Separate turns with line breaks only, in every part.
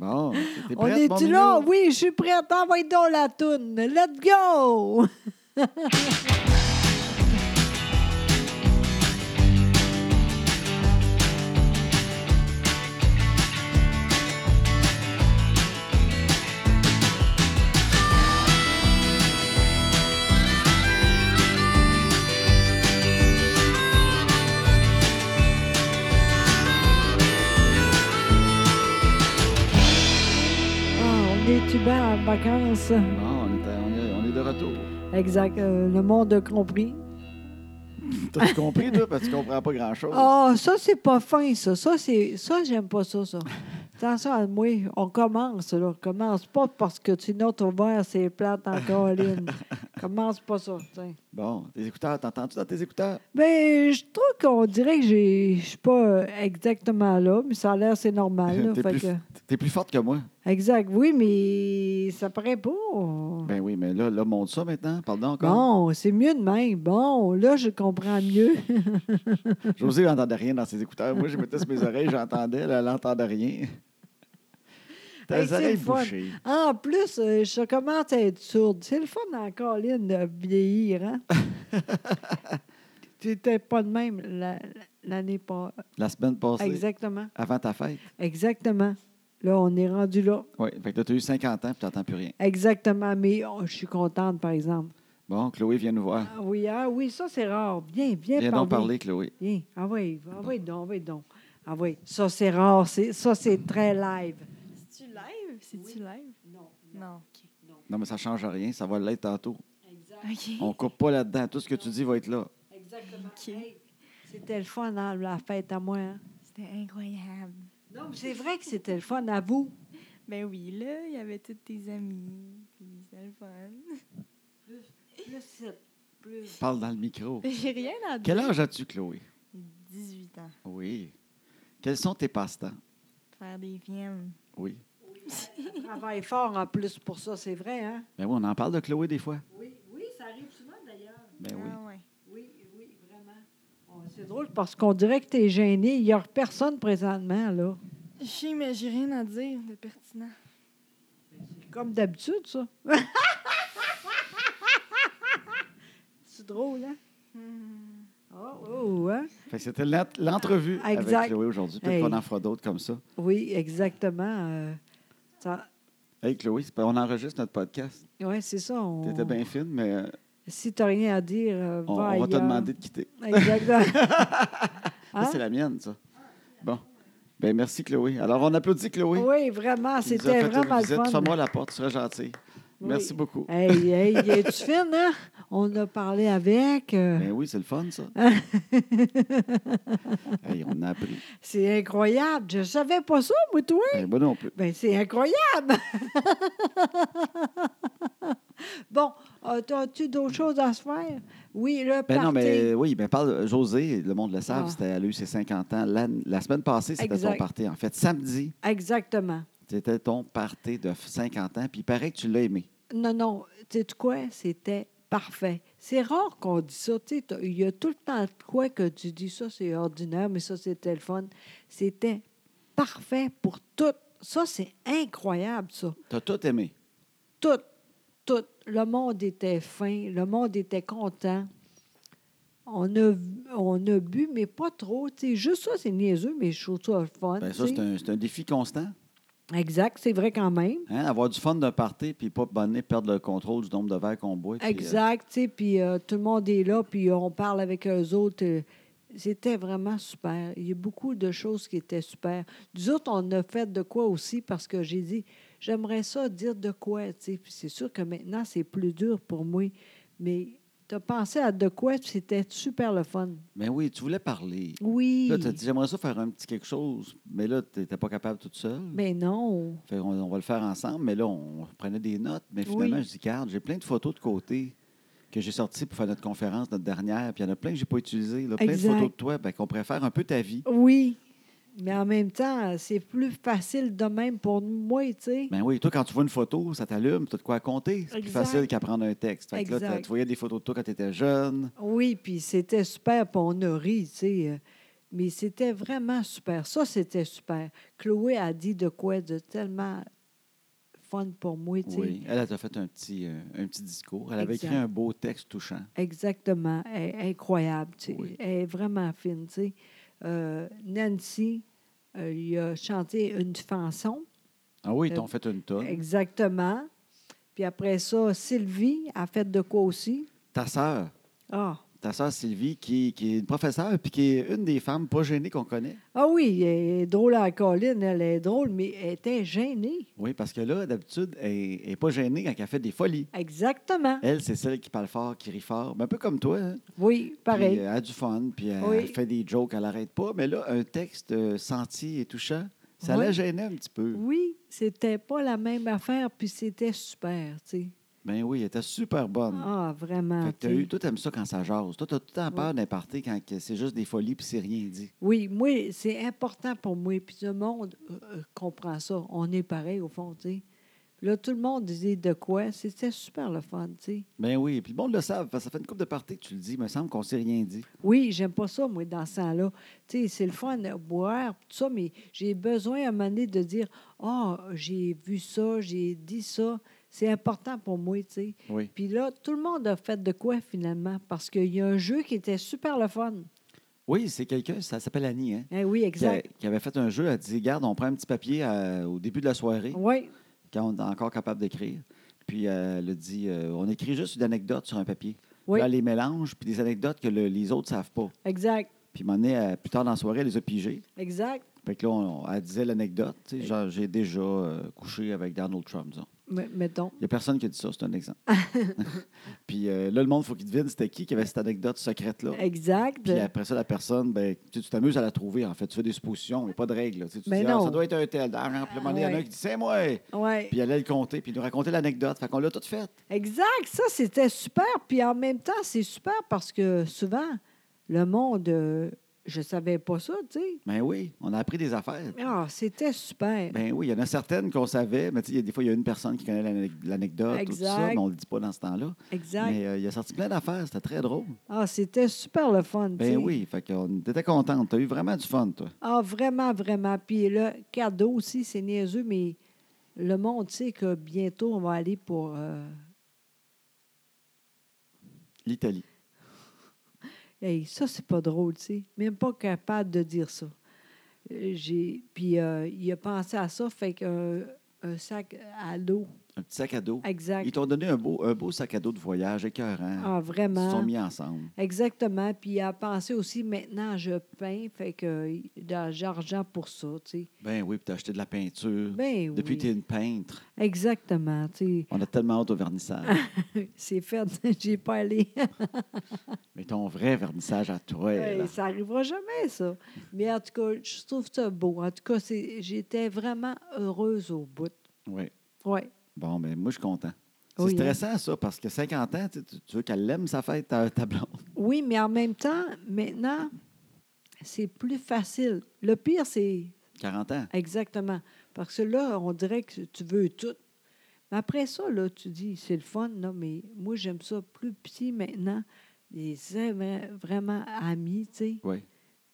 hein, T'es
On
prête,
est
mon
tu là?
minou?
Oui, je suis prête. Envoyez donc la toune. Let's go! Ah, on est tu bien en vacances?
Bon, on est, à- on est- on est de retour.
Exact. euh, le monde a compris.
T'as compris, toi, parce que tu comprends pas grand-chose.
Ah, ça, c'est pas fin, ça. Ça, c'est... ça j'aime pas ça, ça. Attention à moi. On commence, là. Commence pas parce que sinon, ton verre, c'est plate encore, Lynn. commence pas ça, tiens.
Bon, tes écouteurs, t'entends-tu dans tes écouteurs?
Ben, je trouve qu'on dirait que j'ai- je suis pas euh, exactement là, mais ça a l'air c'est normal. Ah, là,
T'es
fait
plus,
que-
t'es plus forte que moi.
Exact, oui, mais ça paraît pas.
Ben oui, mais là, là monte ça maintenant. Pardon encore.
Bon, c'est mieux de même. Bon, là, je comprends mieux.
José n'entendait rien dans ses écouteurs. Moi, je mettais sur mes oreilles, j'entendais. là, Elle n'entendait rien. T'as
Hey,
les
c'est
oreilles
le fun.
bouchées.
En plus, euh, je commence à être sourde. C'est le fun en colline de vieillir, hein? tu n'étais pas de même la- l'année passée.
La semaine passée,
Exactement.
avant ta fête.
Exactement. Là, on est rendu là.
Oui, fait que là, t'as eu 50 ans, puis t'entends plus rien.
Exactement. Mais oh, je suis contente, par exemple.
Bon, Chloé, viens nous voir.
Ah oui, ah oui, ça c'est rare. Viens, viens,
Viens
parler.
donc parler, Chloé.
Viens, ah oui, ah oui, donc, ah oui, donc. Ah oui, ça c'est rare, c'est, ça c'est très live.
C'est-tu live? C'est-tu live?
Non,
Non, OK.
Non, mais ça change rien. Ça va l'être tantôt.
exact,
OK.
On coupe pas là-dedans. Tout ce que tu dis va être là.
exactement.
Ok.
Hey, c'était le fun, hein, la fête à moi. hein.
C'était incroyable.
Non, mais c'est vrai que c'était le fun à vous.
Ben oui, là, il y avait tous tes amis, puis c'était le fun.
Plus, c'est- plus.
Parle dans le micro.
Ben, J'ai rien à dire.
Quel âge as-tu, Chloé?
18 ans.
Oui. Quels sont tes passe-temps?
Faire des films.
Oui.
On travaille fort en plus pour ça, c'est vrai, hein?
Ben oui, on en parle de Chloé des fois.
Oui, oui, ça arrive souvent d'ailleurs.
Ben oui.
Ah ouais.
Oui, oui, vraiment. Oh, c'est drôle parce qu'on dirait que tu es gêné. Il n'y a personne présentement, là.
Je sais, mais j'ai rien à dire de pertinent.
Comme d'habitude, ça. c'est drôle, hein?
Hmm.
Oh, oh, hein?
Fait que c'était l'ent- l'entrevue
Exact.
avec Chloé aujourd'hui. Peut-être
Hey.
qu'on en fera d'autres comme ça.
Oui, exactement. euh, ça-
Hey, Chloé, c'est pas- on enregistre notre podcast.
ouais, c'est ça. on-
T'étais bien fine, mais euh,
Si tu n'as rien à dire, euh,
on,
va
on va te
ailleurs.
demander de quitter.
Exactement.
Ça,
Hein?
c'est la mienne, ça. Bon. Ben merci, Chloé. Alors, on applaudit Chloé.
oui. vraiment,
qui nous a fait
c'était
une
vraiment le
visite.
fun.
Ferme-moi la porte, tu serais gentil.
Oui. Euh.
Merci beaucoup.
Hey, hey, es-tu fine, hein? On a parlé avec. euh,
Ben oui, c'est le fun, ça. Hey, on a appris.
c'est incroyable. Je savais pas ça, moi, toi.
Ben, moi non plus.
Ben, c'est incroyable! bon, as-tu d'autres choses à se faire? Oui, le
Mm. Ben non,
party.
mais oui, ben parle, José, le monde le savent,
Ah.
c'était elle a eu ses 50 ans. La, la semaine passée, c'était son
Exact.
party. En fait, samedi,
Exactement.
c'était ton party de f- 50 ans, puis il paraît que tu l'as aimé.
Non, non, tu sais quoi? C'était parfait. C'est rare qu'on dise ça. tu sais, t'as- Il y a tout le temps de quoi que tu dis ça, c'est ordinaire, mais ça, c'était le fun. C'était parfait pour tout. Ça, c'est incroyable, ça.
Tu as tout aimé.
tout, tout. Le monde était fin, le monde était content. On a, on a bu, mais pas trop. tu sais. juste ça, c'est niaiseux, mais je trouve ça le fun.
Ben, ça,
tu sais.
c'est un, c'est un défi constant.
Exact, c'est vrai quand même.
Hein? Avoir du fun d'un party, puis pas bonner, perdre le contrôle du nombre de verres qu'on boit. puis, euh,
Exact, tu sais, puis euh, tout le monde est là, puis euh, on parle avec eux autres. euh, c'était vraiment super. Il y a beaucoup de choses qui étaient super. Nous autres, on a fait de quoi aussi parce que j'ai dit, j'aimerais ça dire de quoi, tu sais. Puis c'est sûr que maintenant, c'est plus dur pour moi, mais tu as pensé à de quoi, puis c'était super le fun.
ben oui, tu voulais parler.
Oui.
Là, tu as dit, j'aimerais ça faire un petit quelque chose, mais là, tu n'étais pas capable toute seule.
Mais non.
Fait qu'on- on, va le faire ensemble, mais là, on prenait des notes. Mais finalement,
Oui.
je dis, garde, j'ai plein de photos de côté que j'ai sorties pour faire notre conférence, notre dernière, puis il y en a plein que j'ai pas utilisées. là, plein
Exact.
de photos de toi, ben, qu'on préfère un peu ta vie.
Oui. Mais en même temps, c'est plus facile de même pour moi, tu sais.
Ben oui, toi, quand tu vois une photo, ça t'allume, tu as de quoi compter. C'est plus
Exact.
facile qu'à prendre un texte. Fait que là, t'as-
Exact.
tu voyais des photos de toi quand tu étais jeune.
Oui, puis c'était super, puis on a ri, tu sais. euh, Mais c'était vraiment super. Ça, c'était super. Chloé a dit de quoi de tellement fun pour moi. tu sais.
Oui. Elle, elle t'a fait un petit, euh, un petit discours. Elle avait
Exact.
écrit un beau texte touchant.
Exactement. Elle est incroyable. tu sais.
Oui.
Elle est vraiment fine. tu sais. Euh, Nancy, euh, il a chanté une chanson.
Ah oui, ils
Euh,
t'ont fait une tonne.
Exactement. Puis après ça, Sylvie a fait de quoi aussi?
Ta sœur,
Ah,
ta sœur Sylvie, qui, qui est une professeure, puis qui est une des femmes pas gênées qu'on connaît.
ah oui, elle est drôle à la colline, elle est drôle, mais elle était gênée.
Oui, parce que là, d'habitude, elle n'est pas gênée quand elle fait des folies.
Exactement.
Elle, c'est celle qui parle fort, qui rit fort. Ben, un peu comme toi. hein.
Oui, pareil.
Puis, euh, elle a du fun, puis elle,
Oui.
elle fait des jokes, elle n'arrête pas. Mais là, un texte euh, senti et touchant, ça
Oui.
la gênait un petit peu.
Oui, c'était pas la même affaire, puis c'était super, tu sais.
Ben oui, elle était super bonne.
Ah, vraiment.
Fait que t'as
tu sais.
eu, toi, t'aimes ça quand ça jase. Toi, t'as tout le temps peur d'un party quand que c'est juste des folies puis c'est rien dit.
Oui, moi, c'est important pour moi. Puis tout le monde euh, euh, comprend ça. On est pareil, au fond, tu sais. Là, tout le monde disait de quoi. C'était super le fun, tu sais.
Ben oui, puis le monde le savent, parce que ça fait une coupe de parties que tu le dis, il me semble qu'on s'est rien dit.
Oui, j'aime pas ça, moi, dans ce temps-là. Tu sais, c'est le fun de boire, tout ça, mais j'ai besoin à un moment donné de dire Ah, j'ai vu ça, j'ai dit ça. C'est important pour moi, tu sais.
Oui.
Puis là, tout le monde a fait de quoi, finalement, parce qu'il y a un jeu qui était super le fun.
Oui, c'est quelqu'un, ça s'appelle Annie, hein,
Eh oui,
qui, a-
exact.
qui avait fait un jeu, elle dit, garde, on prend un petit papier euh, au début de la soirée,
Oui,
quand on est encore capable d'écrire. Puis euh, elle a dit, euh, on écrit juste une anecdote sur un papier.
Oui.
Puis là, elle les mélange, puis des anecdotes que le- les autres savent pas.
exact,
Puis à un moment donné, euh, plus tard dans la soirée, elle les a pigées.
exact.
Fait que là, on- elle disait l'anecdote, tu sais, genre, j'ai déjà euh, couché avec Donald Trump, disons.
M- mettons.
Il n'y a personne qui a dit ça, c'est un exemple. puis euh, là, le monde, il faut qu'il devine c'était qui qui avait cette anecdote secrète-là.
Exact.
Puis après ça, la personne, ben, tu sais, tu t'amuses à la trouver, en fait. Tu fais des suppositions, il n'y a pas de règles. là. Tu sais, tu
Mais
dis, ah,
Ben non.
ça doit être un tel. Ah, puis à un moment donné, il y en a un qui dit, c'est moi.
Ouais.
Puis il allait le compter, puis il nous racontait l'anecdote. Fait qu'on l'a tout fait.
Exact, ça, c'était super. Puis en même temps, c'est super parce que souvent, le monde, euh, je savais pas ça, tu sais.
Ben oui, on a appris des affaires.
Ah, c'était super.
Ben oui, il y en a certaines qu'on savait, mais tu sais, il y a des fois, il y a une personne qui connaît l'ane- l'anecdote, tout ça,
Exact.
mais on ne le dit pas dans ce temps-là.
exact.
Mais euh, il y a sorti plein d'affaires, c'était très drôle.
Ah, c'était super le fun, tu sais.
Ben oui, fait qu'on était contente. T'as eu vraiment du fun, toi.
Ah, vraiment, vraiment. Puis le cadeau aussi, c'est niaiseux, mais le monde sait que bientôt, on va aller pour... euh,
L'Italie.
Hey, ça, c'est pas drôle, tu sais. Même pas capable de dire ça. Euh, J'ai... Puis euh, il a pensé à ça, fait qu'un un sac à l'eau.
Un petit sac à dos.
Exact.
Ils t'ont donné un beau, un beau sac à dos de voyage, écœurant.
Ah,
Ils se
vraiment.
sont mis ensemble.
Exactement. Puis à penser aussi, maintenant, je peins, fait que dans- j'argent pour ça, tu sais.
Ben oui, puis t'as acheté de la peinture.
Ben oui.
Depuis que t'es une peintre,
Exactement, tu
on a tellement hâte au vernissage.
sais. C'est fait, j'ai pas allé.
Mais ton vrai vernissage à toi, Ben là.
Hey, ça arrivera jamais, ça. Mais en tout cas, je trouve ça beau. En tout cas, c'est- j'étais vraiment heureuse au bout.
Oui.
Oui.
Bon, ben moi, je suis content. C'est
Oui, hein?
stressant, ça, parce que 50 ans, tu, sais, tu- tu veux qu'elle l'aime, sa fête, ta, ta blonde.
Oui, mais en même temps, maintenant, c'est plus facile. Le pire, c'est
40 ans.
Exactement. Parce que là, on dirait que tu veux tout. Mais après ça, là, tu dis, c'est le fun, là, mais moi, j'aime ça plus petit maintenant. Ils étaient vraiment amis, tu sais.
Oui.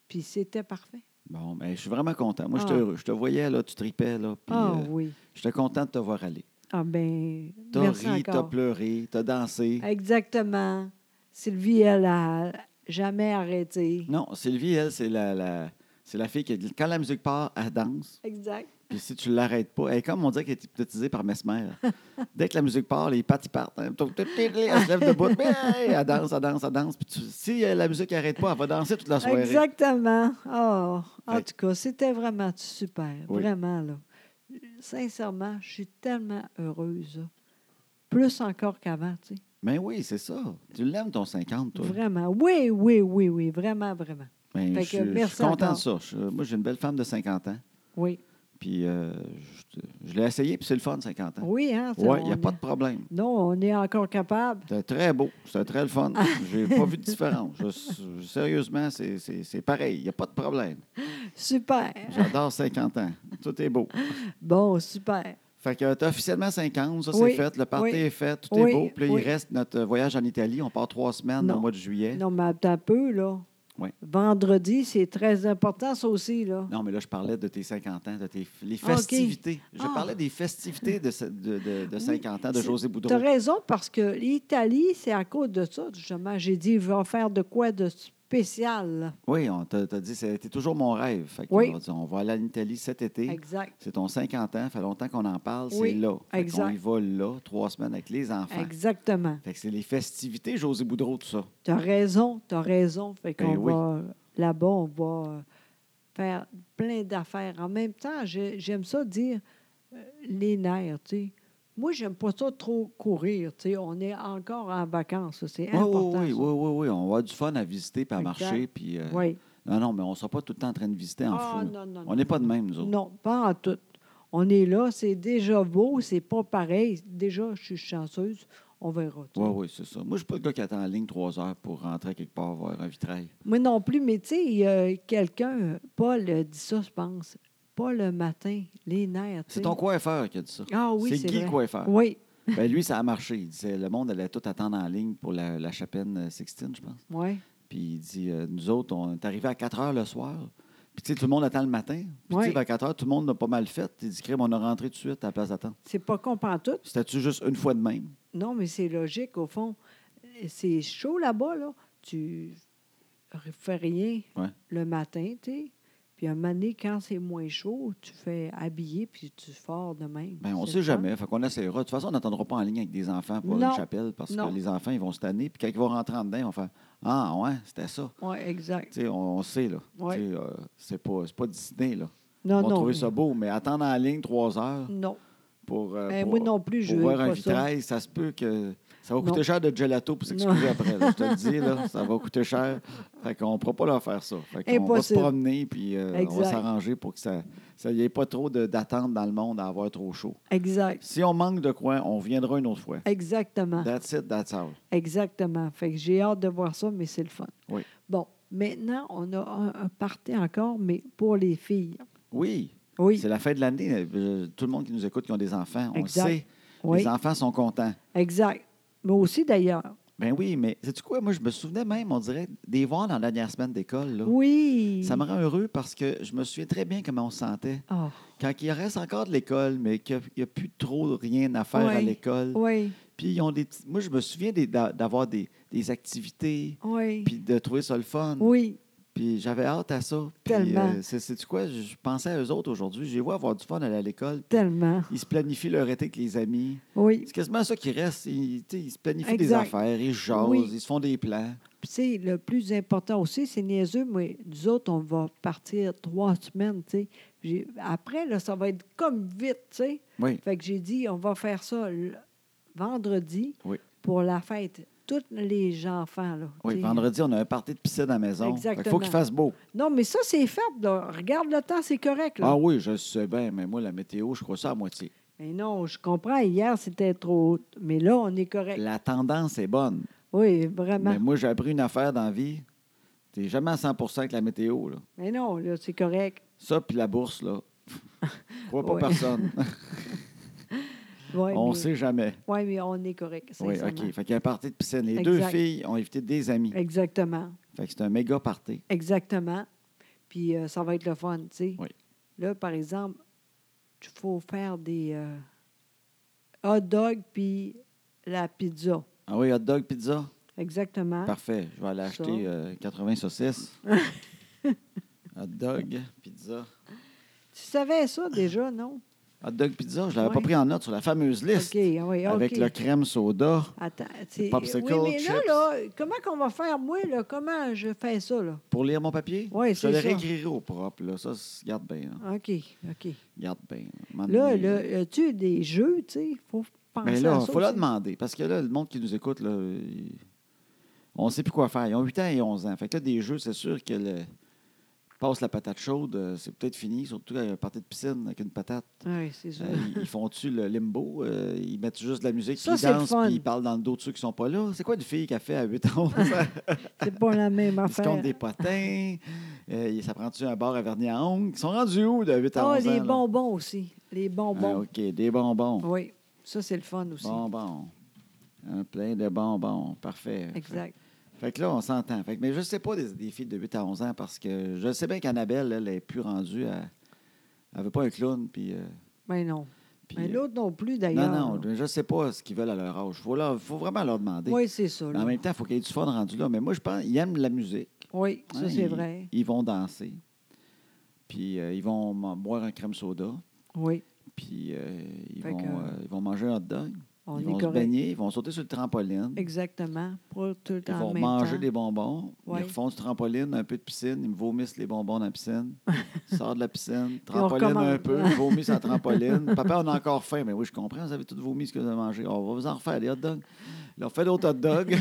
Puis c'était parfait.
Bon, ben je suis vraiment content. Moi, j'étais
Ah.
heureux. Je te voyais, là, tu tripais, là. Puis,
Ah
euh,
oui.
j'étais content de te voir aller.
Ah ben,
T'as
merci
ri, t'as
encore.
pleuré, t'as dansé.
Exactement. Sylvie, elle a jamais arrêté.
Non, Sylvie, elle, c'est la, la- c'est la fille qui, quand la musique part, elle danse.
Exact.
Puis si tu l'arrêtes pas, elle est comme on dirait qu'elle est hypnotisée par Mesmer. Dès que la musique part, les pattes, ils partent. hein. Elle se lève debout, mais elle danse, elle danse, elle danse. Puis tu- si euh, la musique n'arrête pas, elle va danser toute la soirée.
Exactement. Oh, en
Fait-
tout cas, c'était vraiment super.
Oui.
Vraiment, là. Sincèrement, je suis tellement heureuse. là. Plus encore qu'avant, tu sais.
Mais Ben oui, c'est ça. Tu l'aimes, ton 50, toi.
Vraiment. Oui, oui, oui, oui. Vraiment, vraiment.
Ben,
Fait
je, suis-
que
je
merci
suis content
encore.
de ça. Je- moi, j'ai une belle femme de 50 ans.
Oui.
Puis euh, je, je l'ai essayé, puis c'est le fun, 50 ans.
Oui, hein? ça,
Oui, il n'y a
on
pas
est-
de problème.
Non, on est encore capable.
C'était très beau. C'était très le fun.
Ah.
J'ai pas vu de différence. Je- sérieusement, c'est- c'est c'est pareil. Il n'y a pas de problème.
Super.
J'adore 50 ans. Tout est beau.
Bon, super.
Fait que t'as officiellement 50, ça
Oui,
c'est fait. Le party
oui,
est fait, tout
oui,
est beau. Puis là,
oui.
il reste notre voyage en Italie. On part trois semaines
Non.
au mois de juillet.
Non, mais attends un peu, là.
Ouais.
Vendredi, c'est très important, ça aussi, là.
Non, mais là, je parlais de tes 50 ans, de tes les festivités. Je
Ah.
parlais des festivités de, ce- de, de- de
Oui,
50 ans de
c'est-
José
Tu as
Boudreau.
raison, parce que l'Italie, c'est à cause de ça, justement. J'ai dit, ils vont faire de quoi de spécial. là.
Oui, on t'a t'a dit, c'était toujours mon rêve. Fait que
Oui.
on, va dire, on va aller en Italie cet été.
Exact.
C'est ton 50 ans, fait longtemps qu'on en parle, c'est
Oui,
là. on
exact.
y va là, trois semaines avec les enfants.
Exactement.
Fait que c'est les festivités, José Boudreau, tout ça.
Tu as raison, tu as raison. Fait
Ben
qu'on
oui.
va là-bas, on va euh, faire plein d'affaires. En même temps, j'ai- j'aime ça dire euh, les nerfs, tu sais. Moi, j'aime pas ça trop courir, tu sais. On est encore en vacances, ça, c'est
Oui,
important.
oui, oui, oui,
ça.
oui, oui, On va avoir du fun à visiter puis à
Exact.
marcher. Puis, euh,
Oui.
Non, non, mais on ne sera pas tout le temps en train de visiter en
Ah,
fou.
non, non,
on
non,
n'est pas de même, nous autres.
Non, pas en tout. On est là, c'est déjà beau, c'est pas pareil. Déjà, je suis chanceuse, on verra. tu sais.
Oui, oui, c'est ça. Moi, je ne suis pas le gars qui attend en ligne trois heures pour rentrer quelque part voir un vitrail.
Moi non plus, mais tu sais, il y a quelqu'un, Paul euh, dit ça, je pense. Pas le matin, les nerfs. tu
C'est
sais.
ton coiffeur qui a dit ça.
Ah oui,
c'est
c'est
Guy
vrai.
Coiffeur.
Oui,
Ben, lui, ça a marché. Il disait le monde allait tout attendre en ligne pour la, la chapelle euh, Sixtine, je pense.
oui.
Puis il dit euh, nous autres, on est arrivés à 4 heures le soir. Puis tu sais, tout le monde attend le matin. Puis
Ouais.
tu sais, vers 4 heures, tout le monde n'a pas mal fait. Il dit crème, on a rentré tout de suite à la place d'attente.
C'est pas qu'on prend tout.
C'était-tu juste une fois de même?
Non, mais c'est logique, au fond. C'est chaud là-bas, là. Tu fais rien
Ouais.
le matin, tu sais. Puis un moment donné, quand c'est moins chaud, tu fais habiller, puis tu sors de même.
Ben, on ne
C'est
sait
le fun.
jamais. Fait qu'on essaiera. De toute façon, on n'attendra pas en ligne avec des enfants pour
Non.
une chapelle parce
Non.
que les enfants, ils vont se tanner. Puis quand ils vont rentrer en dedans, ils vont faire Ah, ouais, c'était ça.
Oui, exact.
Tu sais, on, on sait, là.
Ouais.
Tu sais, euh, c'est pas, c'est pas Disney, là.
Non,
ils vont
non.
trouver ça beau, mais attendre en ligne trois heures
Non.
pour, euh,
Ben,
pour-
moi non plus,
pour
je veux
voir un
pas ça.
vitrail, ça. se peut que. Ça va
Non.
coûter cher de gelato pour s'excuser après. là. Je te le dis, là, ça va coûter cher. Fait qu'on ne pourra pas leur faire ça. Fait qu'on va se
Impossible.
promener, puis euh, on va
Exact.
s'arranger pour que ça ça y ait pas trop de- d'attente dans le monde à avoir trop chaud.
Exact.
Si on manque de quoi, on viendra une autre fois.
Exactement.
That's it, that's all.
Exactement. Fait que j'ai hâte de voir ça, mais c'est le fun.
Oui.
Bon, maintenant, on a un, un party encore, mais pour les filles.
Oui,
Oui,
c'est la fin de l'année. Euh, Tout le monde qui nous écoute, qui ont des enfants, on le
Exact.
sait.
oui,
Les enfants sont contents.
exact. Moi aussi, d'ailleurs.
Ben oui, mais sais-tu quoi? Moi, je me souvenais même, on dirait, des voir dans la dernière semaine d'école. là.
Oui.
Ça me rend heureux parce que je me souviens très bien comment on se sentait.
Ah,
Quand il reste encore de l'école, mais qu'il n'y a, plus trop rien à faire à
Ouais.
l'école.
oui,
Puis ils ont des petits- Moi, je me souviens des- d'a- d'avoir des, des activités,
oui.
puis euh, de trouver ça le fun.
Oui,
Puis j'avais hâte à ça. Puis,
Tellement.
euh, c'est sais-tu quoi? Je je pensais à eux autres aujourd'hui. J'ai vu avoir du fun aller à l'école.
tellement.
Ils se planifient leur été avec les amis.
Oui.
C'est quasiment ça qui reste. Ils, tu sais, ils se planifient des
Exact.
affaires, ils jasent,
Oui.
ils se font des plans.
Puis, tu sais, le plus important aussi, c'est niaiseux, mais nous autres, on va partir trois semaines, tu sais. J'ai- Après, là, ça va être comme vite, tu sais.
Oui.
Fait que j'ai dit, on va faire ça le vendredi
Oui.
pour la fête. Tous les enfants, là.
Oui,
t'sais.
vendredi, on a un party de piscine à la maison. Fait qu'il faut qu'il
Exactement.
fasse beau.
Non, mais ça, c'est fait, là. Regarde le temps, c'est correct, là.
Ah oui, je sais bien, mais moi, la météo, je crois ça à moitié.
Mais non, je comprends. Hier, c'était trop haut. Mais là, on est correct.
La tendance est bonne.
Oui, vraiment.
Mais moi, j'ai appris une affaire dans la vie. T'es jamais à 100 avec la météo. Là.
Mais non, là, c'est correct.
Ça, puis la bourse, là. Crois pas
Ouais.
personne.
Oui,
on
mais,
sait jamais.
ouais, mais on est correct.
Oui,
sincèrement.
OK. Fait qu'il y a un party de piscine. Les
hein. Exact.
deux filles ont invité des amis.
Exactement.
Fait que c'est un méga party.
Exactement. Puis euh, ça va être le fun, tu sais.
Oui.
Là, par exemple, il faut faire des euh, hot dogs puis la pizza.
Ah oui, hot dog, pizza.
Exactement.
Parfait. Je vais aller
Hein? Ça.
acheter euh, 80 saucisses. hot dog, pizza.
Tu savais ça déjà, non?
Hot dog, pizza, je l'avais
Ouais.
pas pris en note sur la fameuse liste.
OK, ah oui, OK.
Avec le crème soda.
Attends, c'est-
popsicle,
oui, mais là,
chips.
là, comment qu'on va faire, moi, là, comment je fais ça, là?
Pour lire mon papier?
Ouais,
Je te
c'est
le
ça.
réécrirai au propre. Là. Ça, c'est- garde bien. là.
OK, OK.
Garde bien. là.
Là,
M'amener,
là, as-tu des jeux, tu sais? faut penser
Ah, Mais là, il
à ça
faut leur
aussi.
demander. Parce que là, le monde qui nous écoute, là, ils- on ne sait plus quoi faire. Ils ont 8 ans et 11 ans. Fait que là, des jeux, c'est sûr que le... passe la patate chaude, euh, c'est peut-être fini. Surtout à la partie de piscine avec une patate.
Oui, c'est ça.
Euh, ils- ils font-tu le limbo? Euh, ils mettent juste de la musique,
Ça,
puis ils
c'est le
dansent,
fun.
puis ils parlent dans le dos de ceux qui sont pas là. C'est quoi une fille qui a fait à 8 ans? 11 ans?
C'est pas la même
Ils se comptent
affaire.
des potins. Euh, ça prend-tu un bar à vernis à ongles? Ils sont rendus où de 8 à
Ah,
11 ans?
les
là?
bonbons aussi. Les
Ah,
bonbons.
OK, des bonbons.
Oui, ça, c'est le fun aussi.
Bonbons. Un plein de bonbons. Parfait.
Exact.
Fait que là, on s'entend. Fait que- mais je ne sais pas des, des filles de 8 à 11 ans parce que je sais bien qu'Annabelle, elle, n'est plus rendue à. Elle veut pas un clown. Puis, euh,
Mais non.
puis,
Mais
euh,
l'autre non plus, d'ailleurs.
non, non, je ne sais pas ce qu'ils veulent à leur âge. Il faut, leur- faut vraiment leur demander.
Oui, c'est ça.
Mais
là.
en même temps, il faut qu'il y ait du fun rendu là. Mais moi, je pense qu'ils aiment la musique.
Oui,
hein,
ça, c'est
ils-
vrai.
Ils vont danser. Puis euh, ils vont m- boire un crème soda.
Oui,
Puis euh, ils,
Fait
vont,
que-
euh, ils vont manger un hot dog.
on
ils
est
vont se
correct.
baigner. Ils vont sauter sur le trampoline.
Exactement. Pour tout le
Ils
temps. en
vont
même
manger
temps.
des bonbons.
Ouais.
Ils refont du trampoline, un peu de piscine. Ils me vomissent les bonbons dans la piscine. Ils sortent de la piscine.
on
Trampoline un
recommence.
peu. Ils vomissent la trampoline. Papa, on a encore faim. Mais oui, je comprends. Vous avez tout vomi ce que vous avez mangé. On va vous en refaire des hot dogs. Ils leur fait d'autres hot dogs.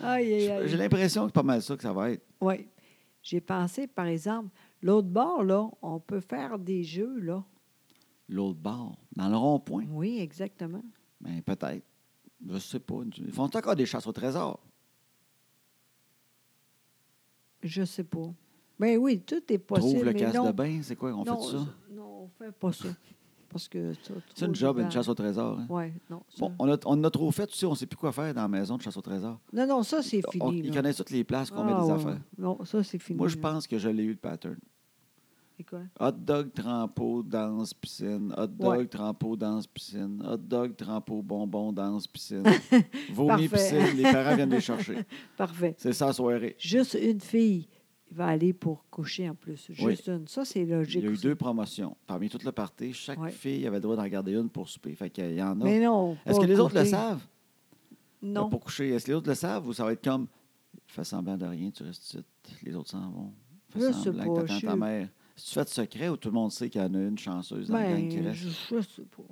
Aïe, aïe,
J'ai
aïe.
l'impression que c'est pas mal ça que ça va être.
Oui. J'ai pensé, par exemple, l'autre bord, là, on peut faire des jeux, là.
L'autre bord, dans le rond-point.
Oui, exactement.
Ben, peut-être. Je sais pas. Ils font encore des chasses au trésor.
Je sais pas. Ben oui, tout est possible.
Trouve le
mais
casse
non,
de bain, c'est quoi? On
non, euh,
fait ça?
Non, on fait pas ça. Parce que ça,
C'est une job, une chasse au trésor. hein?
Oui, non. ça-
Bon, on, a, on en a trop fait, tu sais, on ne sait plus quoi faire dans la maison de chasse au trésor.
Non, non, ça, c'est
On-
fini.
ils
là.
connaissent toutes les places qu'on met
Ah,
des
ouais.
affaires.
Non, ça, c'est fini.
Moi, je
là.
pense que je l'ai eu le pattern.
C'est quoi?
Hot dog, trempeau, danse, piscine. Hot dog,
Ouais.
trempeau, danse, piscine. Hot dog, trempeau, bonbon, danse, piscine. Vomi,
Parfait.
piscine. Les parents viennent les chercher.
Parfait.
C'est ça, la soirée.
Juste une fille va aller pour coucher en plus. Juste
Oui.
une. Ça, c'est
Il
logique.
y a eu
aussi.
deux promotions. Parmi toute la partie, chaque
Ouais.
fille avait le droit d'en garder une pour souper. Fait qu'il y en a.
Mais non.
Est-ce
pas
que les autres le
coucher.
savent? Euh,
Non.
Pour coucher, est-ce que les autres le savent ou ça va être comme fais semblant de rien, tu restes ici, les autres s'en vont. Fais
Je sais
semblant
pas,
que
je
t'attends
suis-
ta mère. Si tu fais de secret ou tout le monde sait qu'il y en a une chanceuse dans la gang qui
Ben,
reste.
je, je sais pas.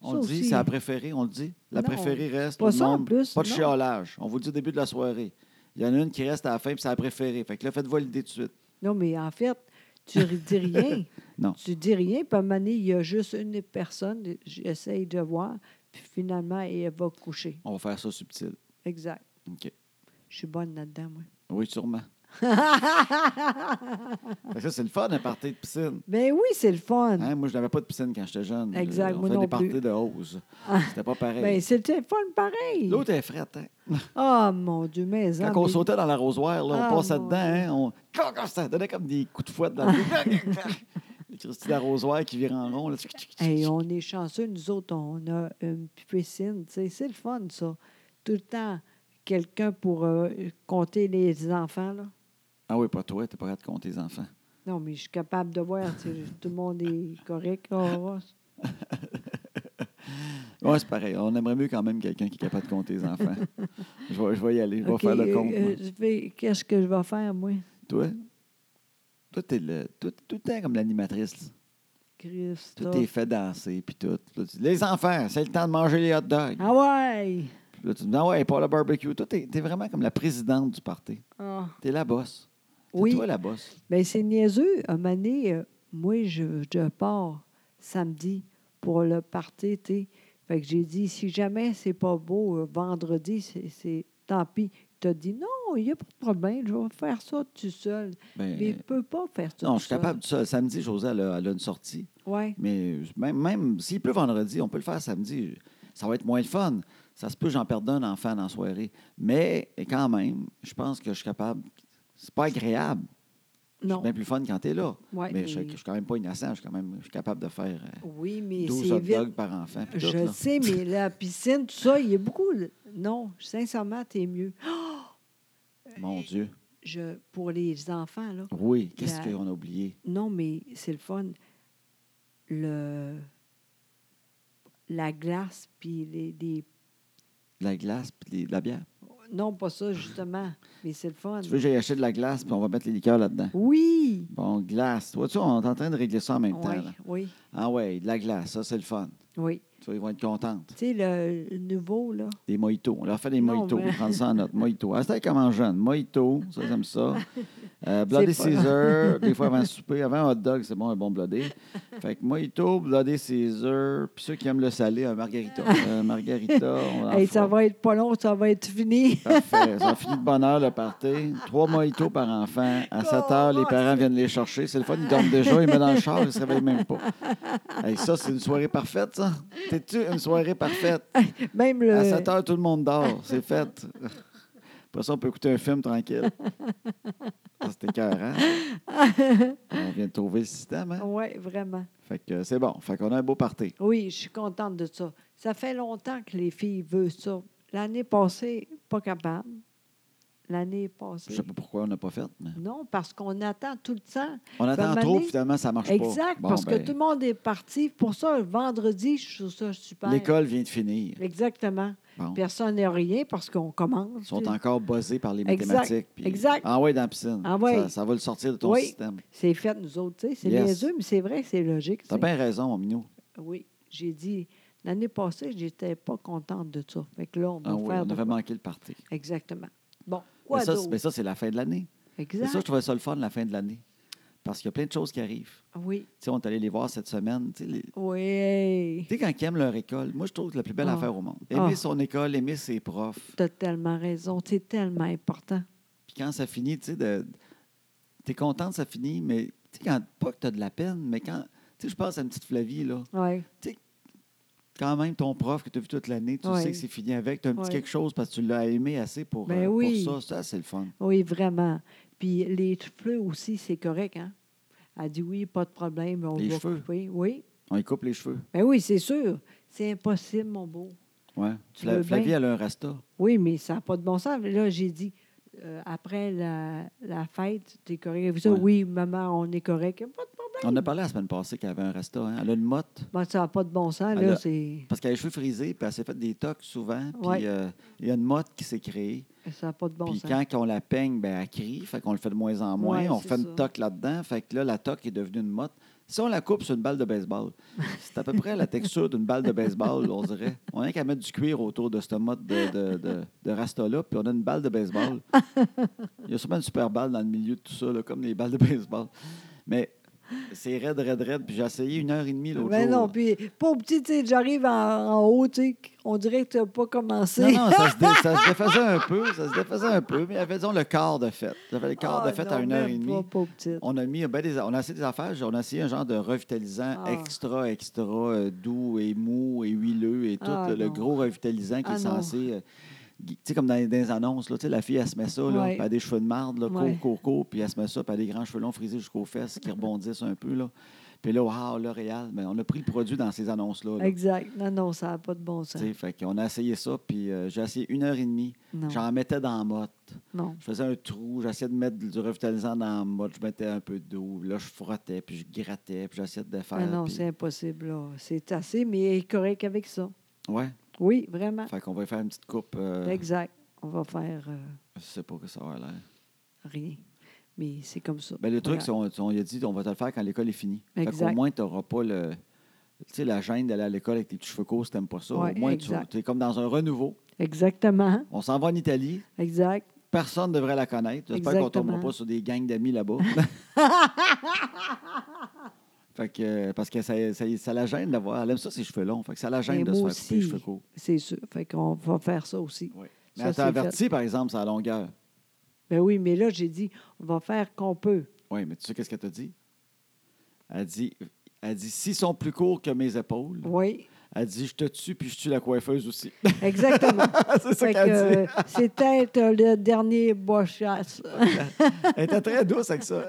On
ça
le dit,
aussi.
c'est la préférée, on le dit. La
Non,
préférée reste.
pas
tout le
ça, en
monde-
plus,
Pas de
non.
chiolage. On vous le dit au début de la soirée. Il y en a une qui reste à la fin, puis c'est la préférée. Fait que là, faites-vous l'idée tout de suite.
Non, mais en fait, tu ri- dis rien.
Non.
Tu dis rien, puis à un moment donné, il y a juste une personne, j'essaye de voir, puis finalement, elle va coucher.
On va faire ça subtil.
Exact.
OK.
Je suis bonne là-dedans, moi.
Oui, sûrement. Fait que ça, c'est le fun, un party de piscine.
Ben oui, c'est le fun.
Hein, Moi, je n'avais pas de piscine quand j'étais jeune. Euh,
Exact,
on
moi
faisait
non
des
plus.
parties de hausse. C'était pas pareil.
Ben, c'est le fun pareil.
L'autre est frette. Hein?
Ah, mon Dieu, mais...
Quand
hein,
on
mais-
sautait dans l'arrosoir, là,
Ah,
on passait
mon
dedans, hein, on clac, clac, ça donnait comme des coups de fouette dans le Les Christy d'arrosoir qui virent en rond. là.
Hey, on est chanceux, nous autres, on a une piscine. tu sais, C'est le fun, ça. Tout le temps, quelqu'un pour euh, compter les enfants. Là.
Ah oui, pas toi, t'es pas capable de compter les enfants.
Non, mais je suis capable de voir. tu sais, tout le monde est correct. on va voir.
Oui, c'est pareil. On aimerait mieux quand même quelqu'un qui est capable de compter les enfants. je, vais, je vais y aller, je vais
OK,
faire le compte.
euh,
moi.
euh, je vais- Qu'est-ce que je vais faire, moi?
Toi, toi, t'es le, toi, t'es tout le temps comme l'animatrice. là. Tout
Christophe.
est fait danser, puis tout. Là, tu dis, les enfants, c'est le temps de manger les hot dogs.
Ah ouais!
Puis Là, tu dis, non, ouais, pas le barbecue. Toi, t'es t'es vraiment comme la présidente du party.
Ah.
T'es la bosse. C'est
Oui.
toi la bosse.
Bien, Ben, c'est niaiseux. Un moment donné, euh, moi, je, je pars samedi pour le party, tu sais. Fait que j'ai dit, si jamais c'est pas beau, euh, vendredi, c'est- c'est tant pis. Tu as dit, non, il n'y a pas de problème, je vais faire ça tout seul.
Ben,
Mais je ne peux pas faire ça
non,
tout
je suis capable de ça. Samedi, José, elle a, elle a une sortie.
Oui,
Mais même, même s'il pleut vendredi, on peut le faire samedi. Ça va être moins le fun. Ça se peut que j'en perde un enfant dans la soirée. Mais quand même, je pense que je suis capable. C'est pas agréable.
non.
C'est bien plus fun quand t'es là.
Ouais,
mais je,
mais-
je suis quand même pas innocent. Je suis quand même je suis capable de faire euh,
Oui, mais
12 hot
c'est vite.
dogs par enfant. puis tout,
Je
là.
sais, mais la piscine, tout ça, il y a beaucoup. de- Non, sincèrement, t'es mieux.
Mon Dieu.
Je, pour les enfants, là,
Oui, qu'est-ce
La-
qu'on a oublié?
Non, mais c'est le fun. Le... La glace, puis les, les-
De la glace puis des- de la bière.
Non, pas ça, justement, mais c'est le fun.
Tu veux que j'aille acheter de la glace puis on va mettre les liqueurs là-dedans?
Oui!
Bon, glace. Toi, tu on est en train de régler ça en même temps.
Oui,
là.
oui,
Ah ouais, de la glace, ça c'est le fun.
oui.
Tu vois, ils vont être contentes.
Tu sais, le, le nouveau, là.
Des mojitos. On leur fait des
Non,
mojitos.
mais-
Prendre ça en note. Mojito. Ah, c'était comme en jeune. Mojito, ça j'aime ça. Euh, bloody
C'est pas-
Caesar, des fois avant le souper, avant un hot dog, c'est bon, un bon bloody. Fait que mojito, bloody Caesar, puis ceux qui aiment le salé, un margarita. Un margarita, on en
Hey,
fera.
ça va être pas long, ça va être fini.
Parfait. Ça finit de bonne heure, le party. Trois mojitos par enfant.
Oh,
À 7 heures, les parents viennent les chercher. C'est le fun, ils dorment déjà, ils mettent dans le char, ils ne se réveillent même pas. Hey, ça, c'est une soirée parfaite, ça. T'es-tu une soirée parfaite?
Même le.
À 7 heures, tout le monde dort. C'est fait. Après ça, on peut écouter un film tranquille. Ça, C'était écœurant. On vient de trouver le système. Hein?
Oui, vraiment.
Fait que c'est bon. Fait qu'on a un beau party.
Oui, je suis contente de ça. Ça fait longtemps que les filles veulent ça. L'année passée, pas capable. L'année
Je
passée.
sais pas pourquoi on n'a pas fait, mais
Non, parce qu'on attend tout le temps.
on attend
Ben,
trop,
Mané-
finalement, ça marche pas.
Exact,
Bon,
parce
ben,
que tout le monde est parti. Pour ça, le vendredi, je trouve ça super.
L'école vient de finir.
Exactement.
Bon.
Personne n'a rien parce qu'on commence.
Ils sont
tu sais.
encore buzzés par les
Exact,
mathématiques. puis-
exact.
Ah ouais, dans la piscine.
Ah ouais.
Ça, ça va le sortir de ton
Oui.
système.
C'est fait, nous autres. tu sais. C'est
Yes.
niaiseux, mais c'est vrai, c'est logique.
T'as
c'est-
bien raison, mon minou.
Oui, j'ai dit, l'année passée, j'étais pas contente de ça. Fait que là, on va
Ah oui,
faire
on
de
avait
quoi.
manqué le party.
Exactement. Bon,
Mais
quoi
ça, c'est-
d'autre?
mais ça, c'est la fin de l'année. C'est
Exact.
ça, je trouvais ça le fun, la fin de l'année. Parce qu'il y a plein de choses qui arrivent.
Oui,
Tu sais, on est allé les voir cette semaine. Tu sais, les- tu
oui,
sais, quand ils aiment leur école, moi, je trouve que la plus belle
Ah.
affaire au monde. Aimer
Ah.
son école, aimer ses profs.
t'as tellement raison. C'est tellement important.
Puis quand ça finit, tu sais, de... t'es content que ça finit, mais tu sais, quand... pas que t'as de la peine, mais quand... Tu sais, je pense à une petite Flavie, là.
Oui,
quand même ton prof que tu as vu toute l'année, tu
Ouais.
sais que c'est fini avec, tu as un petit
Ouais.
quelque chose parce que tu l'as aimé assez pour,
Ben
euh, pour
oui.
ça. Ça, c'est le fun.
oui, vraiment. Puis les cheveux aussi, c'est correct, hein? Elle dit oui, pas de problème, on
Les
va
cheveux?
couper. Oui,
On y coupe les cheveux.
ben oui, c'est sûr. C'est impossible, mon beau.
Ouais.
Tu
Fla-
veux
Flavie,
bien?
elle a un rasta.
Oui, mais ça n'a pas de bon sens. Là, j'ai dit, euh, après la, la fête, t'es correct. Vous
Ouais.
oui, maman, on est correct. Pas de problème.
On a parlé la semaine passée qu'elle avait un rasta. hein. Elle a une motte
Ben, ça n'a pas de bon sens,
Elle
là,
a-
c'est...
parce qu'elle a les cheveux frisés, puis elle s'est fait des tocs souvent. Puis
Ouais.
euh, il y a une motte qui s'est créée.
Ça n'a pas de bon
puis
sens.
quand on la peigne, ben, elle crie. Fait qu'on le fait de moins en moins.
hein. Ouais,
on
c'est
fait une
ça.
toque là-dedans. Fait que là, la toque est devenue une motte. Si on la coupe sur une balle de baseball, c'est à peu près la texture d'une balle de baseball, on dirait. On a qu'à mettre du cuir autour de cette motte de, de, de, de rasta-là, puis on a une balle de baseball. Il y a sûrement une super balle dans le milieu de tout ça, là, comme les balles de baseball. Mais c'est raide, raide, raide. Puis j'ai essayé une heure et demie l'autre
Ben
jour.
non, puis pauvre petit, tu sais, j'arrive en, en haut, tu sais, on dirait que tu n'as pas commencé.
Non, non, ça se, dé- ça se défaisait un peu, ça se défaisait un peu, mais il y avait, disons, le quart de fête. Ça fait le quart
Ah,
de fête
non,
à une heure et
même
demie.
Pas, pauvre petite.
On a mis ben, des, on a essayé des affaires, on a essayé un genre de revitalisant
Ah.
extra, extra euh, doux et mou et huileux et tout,
Ah,
là, le
non.
gros revitalisant qui
Ah,
est
non.
censé. euh, gui- tu sais, comme dans, les- dans les annonces, là, tu sais, la fille, elle se met ça, là,
Ouais.
puis elle a des cheveux de marde, là,
Ouais.
court, court, court, puis elle se met ça, puis elle a des grands cheveux longs frisés jusqu'aux fesses qui rebondissent un peu. Là. Puis là, wow, L'Oréal, ben, on a pris le produit dans ces annonces-là. là.
Exact. Non, non, ça n'a pas de bon
Tu
sens.
sais, Fait qu'on a essayé ça, puis euh, j'ai essayé une heure et demie.
Non,
J'en mettais dans la motte.
non.
Je faisais un trou, j'essayais de mettre du revitalisant dans la motte, je mettais un peu d'eau, là je frottais, puis je grattais, puis j'essayais de
Ah
faire.
non,
puis-
c'est impossible, là. C'est assez, mais elle est correct avec ça.
Ouais,
Oui, vraiment.
fait qu'on va faire une petite coupe. euh,
Exact. On va faire euh,
je sais pas que ça va l'air.
rien. Mais c'est comme ça.
Ben, le truc,
Voilà.
c'est qu'on on lui a dit on va te le faire quand l'école est finie. Fait
Exact.
qu'au moins, tu n'auras pas le. Tu sais, la gêne d'aller à l'école avec tes petits cheveux courts si t'aimes pas ça.
Ouais,
Au moins,
exact.
tu es comme dans un renouveau.
Exactement.
On s'en va en Italie.
Exact.
Personne ne devrait la connaître. J'espère qu'on ne tombera
Exactement.
pas sur des gangs d'amis là-bas. fait que, euh, parce que ça, ça, ça la gêne d'avoir. Elle aime ça, ses cheveux longs. Fait que ça la gêne
Mais
de se
Ben, moi
faire couper les
aussi.
cheveux courts.
C'est sûr. Fait qu'on va faire ça aussi.
Ouais. Mais
Ça,
elle
c'est
t'a averti, par exemple, sa longueur.
Ben oui, mais là, j'ai dit, on va faire qu'on peut.
Oui, mais tu sais qu'est-ce qu'elle t'a dit? Elle dit, elle dit s'ils sont plus courts que mes épaules,
Oui,
elle dit je te tue puis je tue la coiffeuse aussi.
exactement.
C'est ça
Fait
qu'elle dit.
que, euh, c'est peut-être euh, le dernier bochasse.
Elle était très douce avec ça.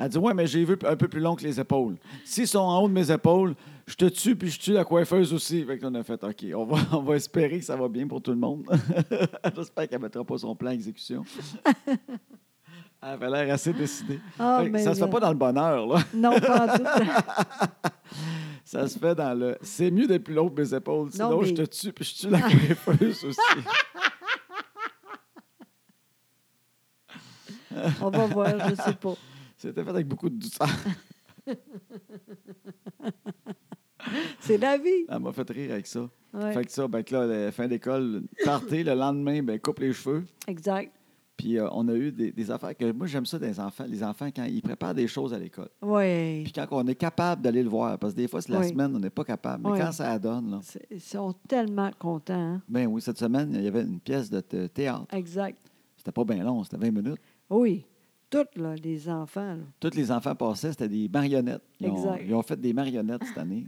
Elle dit Ouais, mais j'ai vu un peu plus long que les épaules. S'ils sont en haut de mes épaules, je te tue puis je tue la coiffeuse aussi. Fait que là, on a fait OK, on va, on va espérer que ça va bien pour tout le monde. J'espère qu'elle ne mettra pas son plan à exécution. Elle avait l'air assez décidée.
Ah,
Fait que
ben
ça se fait
là.
pas dans le bonheur, là.
Non, pas en tout.
Ça se fait dans le. C'est mieux d'être plus long que mes épaules, sinon
mais-
je te tue puis je tue la coiffeuse aussi.
On va voir, je sais pas.
C'était fait avec beaucoup de douceur.
C'est la vie.
Elle m'a fait rire avec ça.
Ouais,
Fait que ça, ben que là, la fin d'école, party, le lendemain, ben coupe les cheveux.
Exact.
Puis euh, on a eu des, des affaires que moi, j'aime ça des enfants. Les enfants, quand ils préparent des choses à l'école,
Oui.
puis quand on est capable d'aller le voir, parce que des fois, c'est la
Oui.
semaine, on n'est pas capable. Mais
Oui.
quand ça donne, là,
C'est- Ils sont tellement contents. hein.
ben oui, cette semaine, il y avait une pièce de thé- théâtre.
Exact.
C'était pas bien long, c'était 20 minutes.
Oui. Toutes, là, les enfants. là.
Tous les enfants passaient, c'était des marionnettes. Ils ont,
Exact.
ils ont fait des marionnettes cette année.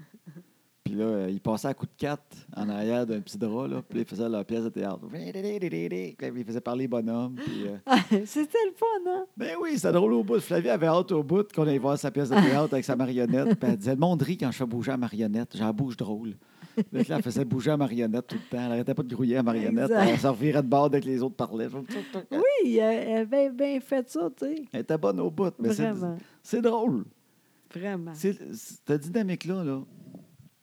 Puis là, euh, ils passaient à coup de quatre en arrière d'un petit drap, là, puis ils faisaient leur pièce de théâtre. Puis Ils faisaient parler bonhomme. Puis, euh,
C'était le fun, hein?
Ben oui, c'était drôle au bout. Flavie avait hâte au bout qu'on aille voir sa pièce de théâtre avec sa marionnette. Puis elle disait, le monde rit quand je fais bouger la marionnette. J'en bouge drôle. Donc là, elle faisait bouger la marionnette tout le temps. Elle n'arrêtait pas de grouiller la marionnette.
Exact.
Elle s'en revirait de bord dès que les autres parlaient.
Oui, elle elle avait bien fait ça, tu sais.
Elle était bonne au bout. Mais c'est,
Vraiment. Ah.
c'est drôle.
Vraiment.
C'est, c'est- cette dynamique-là, là,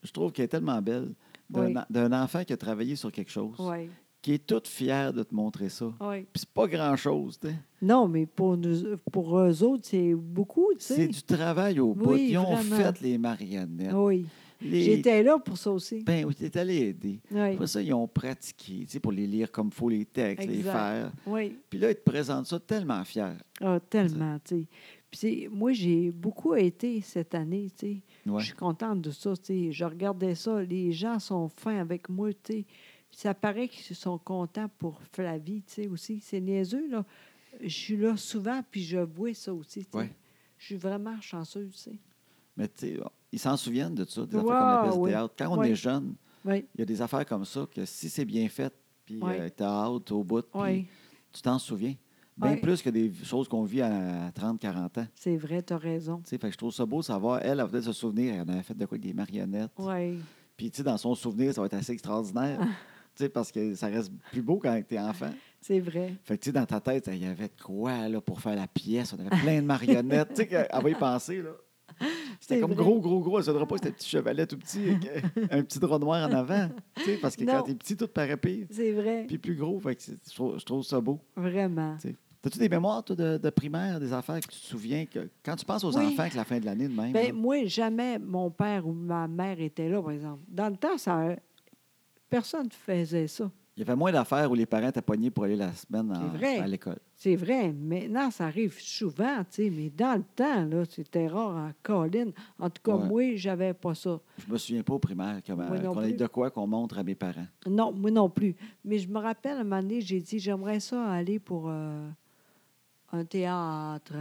je trouve qu'elle est tellement belle. D'un,
Oui.
en- d'un enfant qui a travaillé sur quelque chose,
Oui.
qui est toute fière de te montrer ça.
Oui.
Puis c'est pas grand-chose. tu sais.
Non, mais pour, nous, pour eux autres, c'est beaucoup, tu
C'est
sais.
du travail au bout.
Oui,
Ils ont
vraiment.
fait les marionnettes.
Oui.
Les-
J'étais là pour ça aussi.
Ben, oui, t'es allé aider.
Oui.
Après ça, ils ont pratiqué, tu sais, pour les lire comme il faut, les textes, les
Exact.
faire.
Oui.
Puis là, ils te présentent ça tellement fier.
Ah, tellement, tu sais. Puis c'est- moi, j'ai beaucoup été cette année, tu sais.
Ouais.
Je suis contente de ça, tu sais. Je regardais ça. Les gens sont fins avec moi, tu sais. Ça paraît qu'ils sont contents pour Flavie, tu sais, aussi. C'est niaiseux, là. Je suis là souvent, puis je vois ça aussi, tu sais.
Ouais.
Je suis vraiment chanceuse, tu sais.
Mais tu sais, oh, ils s'en souviennent de ça, des affaires
Wow,
comme la pièce de
oui.
théâtre. Quand on
Oui.
est jeune,
Oui,
il y a des affaires comme ça que si c'est bien fait, puis
Oui.
euh, t'as hâte au bout, puis
oui.
tu t'en souviens. Bien
Oui.
plus que des choses qu'on vit à 30, 40 ans.
C'est vrai, tu as raison.
Tu sais, fait que je trouve ça beau de savoir, elle, elle va peut-être se souvenir, elle en avait fait de quoi avec des marionnettes.
Oui,
Puis, tu sais, dans son souvenir, ça va être assez extraordinaire. tu sais, parce que ça reste plus beau quand t'es enfant.
c'est vrai.
Fait que, tu sais, dans ta tête, il y avait de quoi, là, pour faire la pièce. On avait plein de marionnettes. tu sais, qu'elle elle va y penser, là. C'était
C'est
comme
vrai.
gros, gros, gros. Elle se donnera pas que c'était un petit chevalet tout petit avec euh, un petit drap noir en avant. Tu sais, parce que
Non.
quand t'es petit, tout paraît pire.
C'est vrai,
Puis plus gros, fait que c'est- je trouve, je trouve ça beau.
vraiment.
tu sais. T'as-tu des mémoires, toi, de, de primaire, des affaires que tu te souviens que quand tu penses aux
Oui.
enfants que la fin de l'année de même?
Ben,
là,
moi, jamais mon père ou ma mère était là, par exemple. Dans le temps, ça, personne ne faisait ça.
il y avait moins d'affaires où les parents étaient pognés pour aller la semaine en-
C'est vrai.
à l'école.
C'est vrai, maintenant, ça arrive souvent, tu sais, mais dans le temps, là, c'était rare en colline. En tout cas,
Ouais.
moi, j'avais pas ça.
Je me souviens pas au primaire que ma-
Moi non
qu'on ait
plus.
de quoi qu'on montre à mes parents.
Non, moi non plus. Mais je me rappelle, un moment donné, j'ai dit, j'aimerais ça aller pour euh, un théâtre.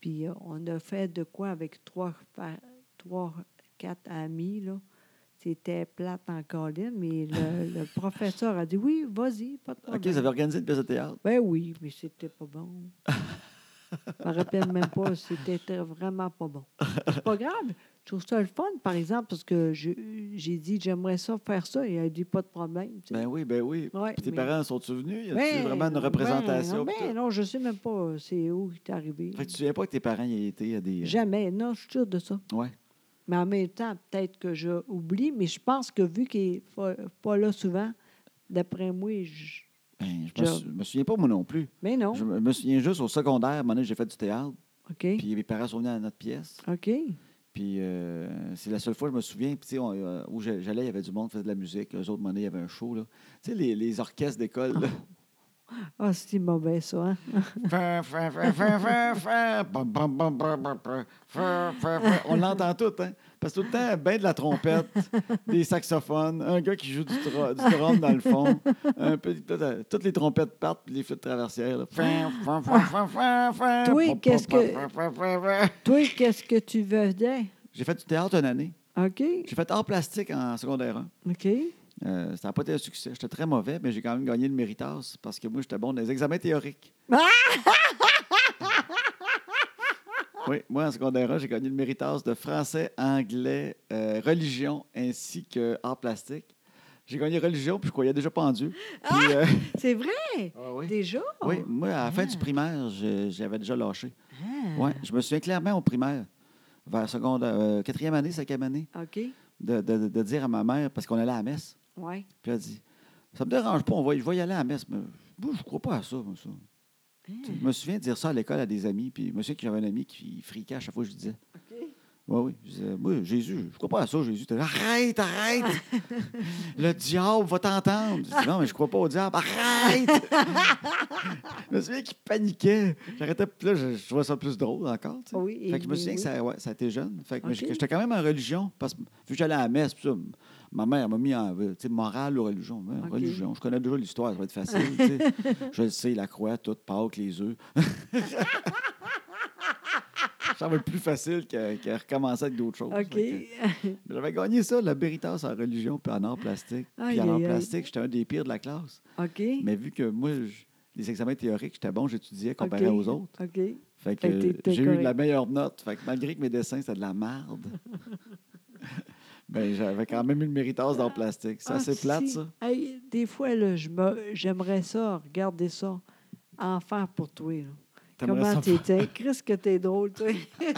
Puis euh, on a fait de quoi avec trois, fa- trois quatre amis, là. C'était plate en colline, mais le, le professeur a dit, oui, vas-y, pas de
OK,
problème.
vous avez organisé une pièce de théâtre?
Ben oui, mais c'était pas bon. Je me rappelle même pas, c'était très- vraiment pas bon. C'est pas grave. Je trouve ça le fun, par exemple, parce que je- j'ai dit j'aimerais ça faire ça. Il a dit pas de problème. tu sais.
Ben oui, ben oui.
Ouais,
Puis tes
mais-
parents sont venus? Y a-tu
Ben,
vraiment une
ben,
représentation?
Ben,
pis tout?
non, je sais même pas c'est où qui est arrivé.
Fait que tu ne savais pas que tes parents y étaient à des.
Jamais. Non, je suis sûre de ça.
Ouais.
Mais en même temps, peut-être que je oublie, mais je pense que vu qu'il n'est pas, pas là souvent, d'après moi, je...
Ben, je
Job.
me, sou- me souviens pas, moi non plus.
mais non.
Je me me souviens juste au secondaire, à un moment donné, j'ai fait du théâtre.
OK.
Puis mes parents sont venus à notre pièce.
OK.
Puis euh, c'est la seule fois que je me souviens. Puis tu sais, on- euh, où j'a- j'allais, il y avait du monde qui faisait de la musique. Eux autres, à un moment donné, il y avait un show. là. Tu sais, les, les orchestres d'école. là.
Ah, c'est mauvais, ça. hein?
Fin, fin, fin, fin, fin, fin. Bum, bum, bum, bum, bum, bum. Fin, fin, fin. On l'entend tout, hein? Parce que tout le temps, ben de la trompette, des saxophones, un gars qui joue du, tro- du drum dans le fond, un peu, peut-être, toutes les trompettes partent, puis les flûtes traversières. là. Fin, fin, fin, fin, fin, fin.
Toi,
Bum, bum,
qu'est-ce
bum,
que-
fin, fin, fin, fin.
Toi, qu'est-ce que tu faisais?
J'ai fait du théâtre une année.
OK.
J'ai fait art plastique en secondaire 1.
OK.
Euh, ça n'a pas été un succès. J'étais très mauvais, mais j'ai quand même gagné le méritas parce que moi, j'étais bon dans les examens théoriques. oui, moi, en secondaire, un, j'ai gagné le méritas de français, anglais, euh, religion ainsi que art plastique. J'ai gagné religion, puis je croyais déjà pas en Dieu. Puis, euh,
C'est vrai?
Ah oui.
Déjà?
moi, à la fin du primaire, je- j'avais déjà lâché.
Ah.
Ouais, je me souviens clairement au primaire, vers secondaire, euh, quatrième année, cinquième année,
OK.
de, de- de dire à ma mère, parce qu'on allait à la messe,
Oui.
puis elle dit Ça me dérange pas, on va, y- je vais y aller à la messe. Mais moi, je crois pas à ça, moi, ça. Tu sais, Je me souviens de dire ça à l'école à des amis, puis je me souviens que j'avais un ami qui friquait à chaque fois que je disais.
OK.
Oui, oui. Je disais, moi, Jésus, je crois pas à ça, Jésus. T'as dit, arrête, arrête! le diable va t'entendre. Je dis, non, mais je crois pas au diable. Arrête! je me souviens qu'il paniquait. J'arrêtais, puis là, je, je trouvais ça plus drôle encore. tu sais.
Oui,
Fait que je me
oui,
souviens que
oui.
ça, ouais, ça a été jeune. Fait que mais
OK.
j'étais j'étais quand même en religion, parce que vu que j'allais à la messe, puis ça, m- ma mère m'a mis en euh, tu sais, morale ou religion. Ouais,
OK.
Religion. Je connais déjà l'histoire, ça va être facile. tu sais. je le sais, la croix, tout, Pâques, les œufs. ça va être plus facile que, que recommencer avec d'autres choses.
OK.
Fait que J'avais gagné ça, la Béritas en religion, puis en art plastique.
Aïe,
Puis en art
aïe, aïe.
plastique, j'étais un des pires de la classe.
euh, OK.
Mais vu que moi, je- les examens théoriques, j'étais bon, j'étudiais comparé
OK.
aux autres.
OK.
Fait que
Fait que
euh,
t'étais
j'ai eu la
correct.
meilleure note. Fait que malgré que mes dessins, c'était de la marde. ben, j'avais quand même une méritance dans le plastique. C'est
Ah,
assez plate,
si.
ça.
Hey, des fois, là, je me- j'aimerais ça, regarder ça, en faire pour toi. là.
T'aimerais
Comment
ça
t'étais? Qu'est-ce que t'es drôle, toi?
Fait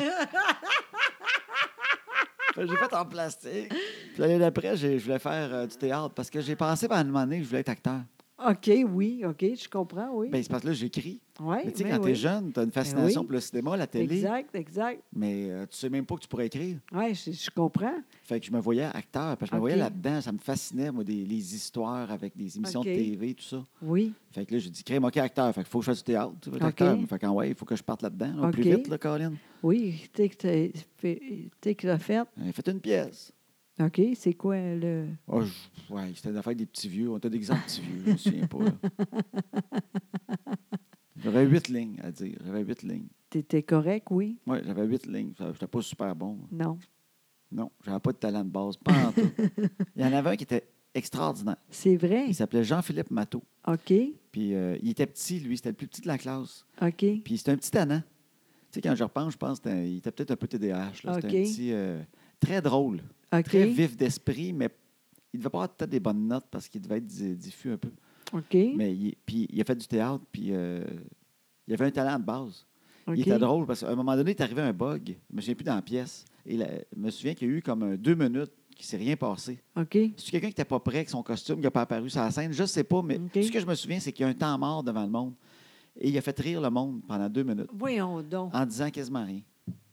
que J'ai fait en plastique. Puis l'année d'après, j'ai- je voulais faire euh, du théâtre parce que j'ai pensé pendant une année que je voulais être acteur.
OK, oui, OK, je comprends, oui.
Ben, c'est parce que là, j'écris.
ouais,
Mais tu sais,
ben
quand t'es
oui.
jeune, t'as une fascination
oui.
pour le cinéma, la télé,
Exact, exact.
mais euh, tu sais même pas que tu pourrais écrire.
Oui, je, je comprends.
Fait que je me voyais acteur, parce que je me
OK.
voyais là-dedans, ça me fascinait, moi, des, les histoires avec des émissions
OK.
de TV, tout ça.
Oui.
Fait que là, j'ai dit, crème, OK, acteur, fait qu'il faut que je fasse du théâtre, tu veux être
OK.
acteur. Fait qu'en ouais, il faut que je parte là-dedans, là, au plus
OK.
vite, là, Colin.
Oui, t'es que t'es- fait- t'es que l'as fait.
Euh, Faites une pièce.
OK, c'est quoi le.
Ah, je- ouais, c'était une affaire des petits vieux, on était des exemples petits vieux, je me souviens pas. là. J'avais huit lignes à dire, j'avais huit lignes.
T'étais correct, oui?
Oui, j'avais huit lignes, Ça- j'étais pas super bon.
Non.
Non, j'avais pas de talent de base, pas en tout. Il y en avait un qui était extraordinaire.
C'est vrai.
Il s'appelait Jean-Philippe Matteau.
OK,
Puis euh, il était petit, lui, c'était le plus petit de la classe.
OK.
Puis c'était un petit tannant. Tu sais, quand je repense, je pense qu'il était peut-être un peu TDAH. là. C'était
OK.
un petit. euh, très drôle,
OK.
très vif d'esprit, mais il devait pas avoir peut-être des bonnes notes parce qu'il devait être di- diffus un peu.
OK.
Mais il, puis il a fait du théâtre, puis euh, il avait un talent de base.
OK.
Il était drôle parce qu'à un moment donné, il est arrivé un bug. Je me souviens plus dans la pièce. Et là, je me souviens qu'il y a eu comme un deux minutes qui s'est rien passé.
OK.
C'est quelqu'un qui n'était pas prêt avec son costume, qui n'a pas apparu sur la scène, je sais pas, mais
OK.
tout ce que je me souviens, c'est qu'il y a un temps mort devant le monde. Et il a fait rire le monde pendant deux minutes
Voyons donc.
en disant quasiment rien.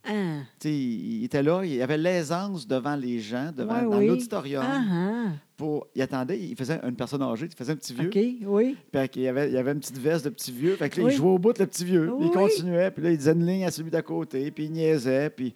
Ah.
Tu sais, il il était là, il avait l'aisance devant les gens, devant,
Ouais,
dans
oui.
l'auditorium.
Ah,
pour- Il attendait, il faisait une personne âgée, il faisait un petit
ah.
vieux.
OK, oui.
Fait qu'il y avait, il y avait une petite veste de petit vieux. Fait que là,
Oui.
il jouait au bout de le petit vieux. puis Il
Oui.
continuait, puis là, il disait une ligne à celui d'à côté, puis il niaisait, puis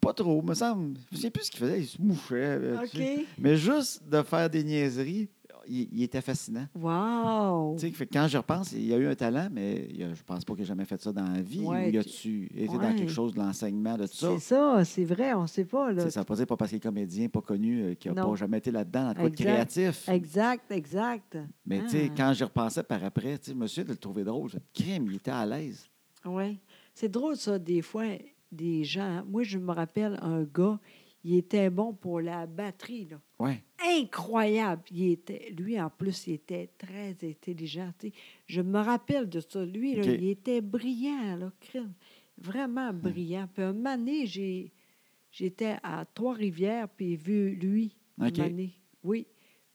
pas trop, me semble. Je sais plus ce qu'il faisait, il se mouchait. là, tu sais.
OK.
Mais juste de faire des niaiseries, il, il était fascinant.
Wow.
Tu sais, fait que quand je repense, il y a eu un talent, mais il a- je pense pas qu'il a jamais fait ça dans la vie.
Ouais,
ou il
tu-
a-tu été dans
Ouais.
quelque chose de l'enseignement, de tout ça?
C'est ça, c'est vrai, on ne sait pas.
Tu
Là.
sais, ça ne veut pas dire pas parce qu'il est comédien, pas connu, euh, qu'il n'a
Non.
pas jamais été là-dedans, dans le quoi de
Exact.
créatif.
Exact, exact.
Mais tu sais,
Ah.
quand j'y repensais par après, tu sais, je me souviens de le trouver drôle. Cette crime, il était à l'aise.
Oui. C'est drôle, ça, des fois, des gens. hein. Moi, je me rappelle un gars, il était bon pour la batterie, là.
Ouais.
Incroyable. Il était, lui, en plus, il était très intelligent. tu sais. Je me rappelle de ça. Lui, là,
OK. Hmm.
il était brillant, là, crime. vraiment brillant. Puis un moment donné, j'ai- j'étais à Trois-Rivières, puis j'ai vu lui, un
OK.
moment donné. Oui.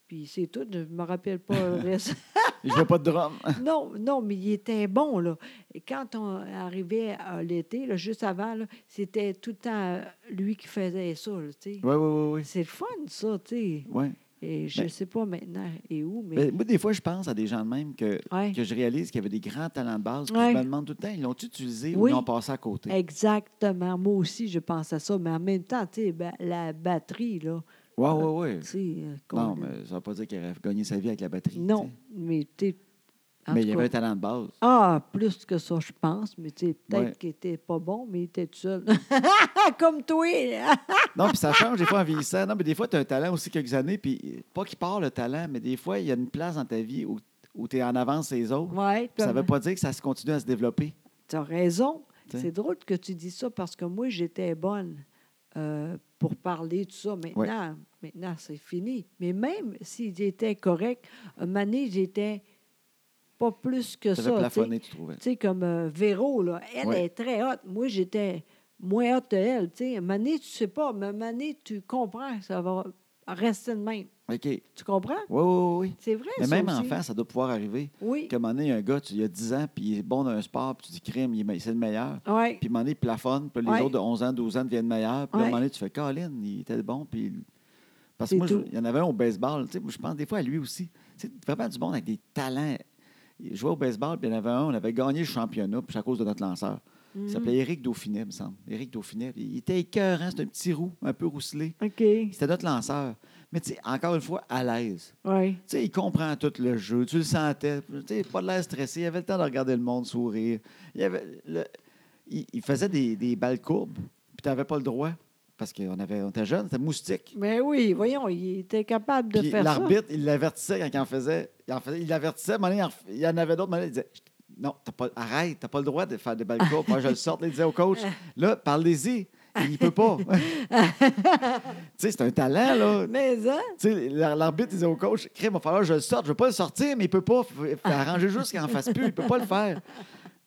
Puis c'est tout, je ne me rappelle pas le reste.
Je vois pas de drum.
Non, non, mais il était bon, là. Et quand on arrivait à l'été, là, juste avant, là, c'était tout le temps euh, lui qui faisait ça, là, tu sais.
Oui, oui, oui.
C'est le fun, ça, tu sais.
Ouais.
Et je
Ben-
sais pas maintenant et où, mais...
Mais moi, des fois, je pense à des gens de même que,
Ouais.
que je réalise qu'il y avait des grands talents de base. Puis
Ouais.
je me demande tout le temps, ils l'ont utilisé ou
Oui.
ils l'ont passé à côté?
Exactement. Moi aussi, je pense à ça. Mais en même temps, tu sais, ben, la batterie, là,
Ouais, ouais, ouais.
tu sais... euh, qu'on-
Non, Ben, mais ça veut pas dire qu'il aurait gagné sa vie avec la batterie.
Non,
tu sais.
mais tu sais, en
Mais
tout
il y
cas-
avait un talent de base.
Ah, plus que ça, je pense, mais tu sais, peut-être
Ouais.
qu'il était pas bon, mais il était tout seul. Comme toi! là.
Non, puis ça change des fois en vieillissant. Non, mais des fois, tu as un talent aussi quelques années, puis pas qu'il part le talent, mais des fois, il y a une place dans ta vie où, tu es en avance des autres.
Ouais,
Puis Ça
comme-
veut pas dire que ça se continue à se développer.
Tu as raison.
T'sais.
C'est drôle que tu dis ça parce que moi, j'étais bonne euh, pour parler de ça. Maintenant, maintenant c'est fini. Mais même si j'étais correct, une année, j'étais pas plus que
Ça fait
ça. Tu
plafonner, tu trouvais.
sais, comme euh, Véro, là, elle
Ouais.
est très haute. Moi, j'étais moins haute que elle. Tu sais, une année, tu sais pas, mais une année, tu comprends que ça va Restez de même.
OK. Oui,
Tu comprends?
oui, oui. oui.
C'est vrai,
Mais
ça
même
aussi.
enfant, ça doit pouvoir arriver.
Oui.
Qu'à un moment donné, un gars, tu, il a 10 ans, puis il est bon dans un sport, puis tu dis crime, il est me- c'est le meilleur.
Oui.
Puis à un moment donné, il plafonne, puis les
Ouais.
autres de 11 ans, 12 ans deviennent meilleurs. Puis là, à un
Ouais.
moment donné, tu fais Colin, il était bon. Puis... il- Parce que
C'est
moi, je-
tout.
il y en avait un au baseball. Tu sais, moi, je pense des fois à lui aussi. C'est vraiment du monde avec des talents. Il jouait au baseball, puis il y en avait un, on avait gagné le championnat, puis c'est à cause de notre lanceur. Il
Mhm.
s'appelait Éric Dauphinet, il me semble. Éric Dauphinet. Puis Il était écœurant, c'était un petit roux, un peu rousselé.
OK.
C'était notre lanceur. Mais tu sais, encore une fois, à l'aise.
Oui.
Tu sais, il comprend tout le jeu. Tu le sentais. Tu sais, pas de l'air stressé. Il avait le temps de regarder le monde sourire. Il, avait le- il, il faisait des, des balles courbes. Puis t'avais pas le droit. Parce qu'on avait, on était jeune, c'était moustique.
Mais oui, voyons, il était capable de
Puis
faire ça.
l'arbitre, il l'avertissait quand il en faisait. Il, en faisait- il l'avertissait. à un moment donné, il en ref- il y en avait d'autres. à un moment donné, Il disait Chut, Non, t'as pas, arrête, t'as pas le droit de faire des balles courbes. Moi, je le sorte. Là, Il disait au coach Là, parlez-y. Il peut pas. tu sais, c'est un talent, là.
Mais hein?
Tu sais, l'ar- l'arbitre disait au coach, Crime, il va falloir que je le sorte. Je ne veux pas le sortir, mais il ne peut pas. Il faut arranger juste qu'il n'en fasse plus. Il ne peut pas le faire.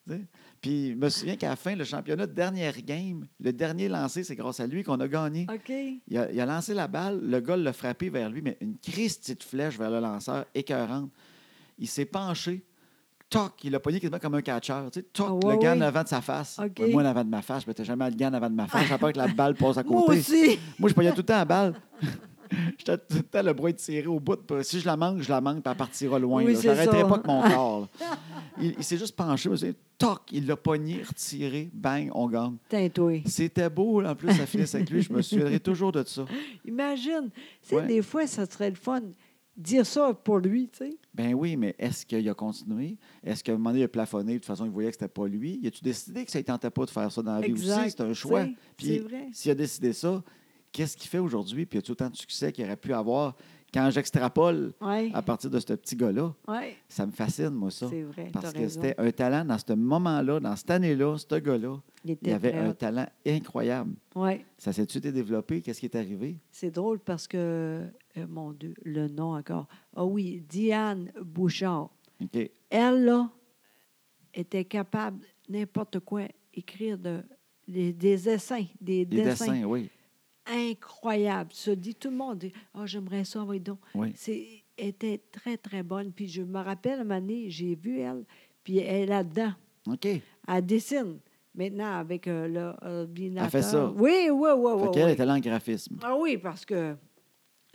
Tu sais. Puis je me souviens qu'à la fin, le championnat, dernière game, le dernier lancé, c'est grâce à lui qu'on a gagné.
OK.
Il a, il a lancé la balle, le gars l'a frappé vers lui, mais une christie de flèche vers le lanceur, écœurante. Il s'est penché. Toc, il l'a pogné quasiment comme un catcheur. Tu sais, toc,
Ah ouais,
le gars
ouais.
en avant de sa face.
OK.
Ouais, moi, en avant de ma face, je mettais jamais le gars en avant de ma face. J'ai peur que la balle passe à côté.
Moi aussi.
Moi, je pognais tout le temps la balle. J'étais tout le temps le bras tiré au bout. Puis Si je la manque, je la manque, puis elle partira loin.
Oui,
là.
c'est
je n'arrêterai
ça.
pas que mon corps. là. Il, il s'est juste penché, il s'est dit, toc, il l'a pogné, retiré, bang, on gagne.
Tain, toi.
C'était beau, là, en plus, ça finissait avec lui. Je me souviendrai toujours de ça.
Imagine. Tu sais,
Ouais.
des fois, ça serait le fun. Dire ça pour lui, tu sais.
Ben oui, mais est-ce qu'il a continué? Est-ce qu'à un moment donné, il a plafonné? De toute façon, il voyait que c'était pas lui. as tu décidé que ça ne tentait pas de faire ça dans la vie aussi? C'est un choix.
tu sais,
Puis,
C'est vrai.
S'il a décidé ça, qu'est-ce qu'il fait aujourd'hui? Puis, y a-tu autant de succès qu'il aurait pu avoir quand j'extrapole
Oui.
à partir de ce petit gars-là?
Oui.
Ça me fascine, moi, Ah, ça.
C'est vrai.
Parce
t'as
que
raison.
c'était un talent dans ce moment-là, dans cette année-là, ce gars-là, il
Il était
avait
très
un
hot.
talent incroyable.
Ouais.
Ça s'est-tu été développé? Qu'est-ce qui est arrivé?
C'est drôle parce que, euh, mon Dieu, le nom encore. Ah oui, Diane Bouchard.
OK.
Elle, là, était capable, n'importe quoi, écrire de, des, des essais, des,
Les
dessins,
dessins, oui.
incroyables. Se dit, tout le monde dit, « Ah, j'aimerais ça, oui, donc.
oui.
C'est- elle était très, très bonne. Puis je me rappelle, une année, j'ai vu elle, puis elle est là-dedans.
OK. Fait
Elle dessine maintenant avec euh, le ordinateur.
Elle fait ça.
Oui, oui, oui, oui.
qu'elle
oui.
était là en graphisme.
Ah oui, parce que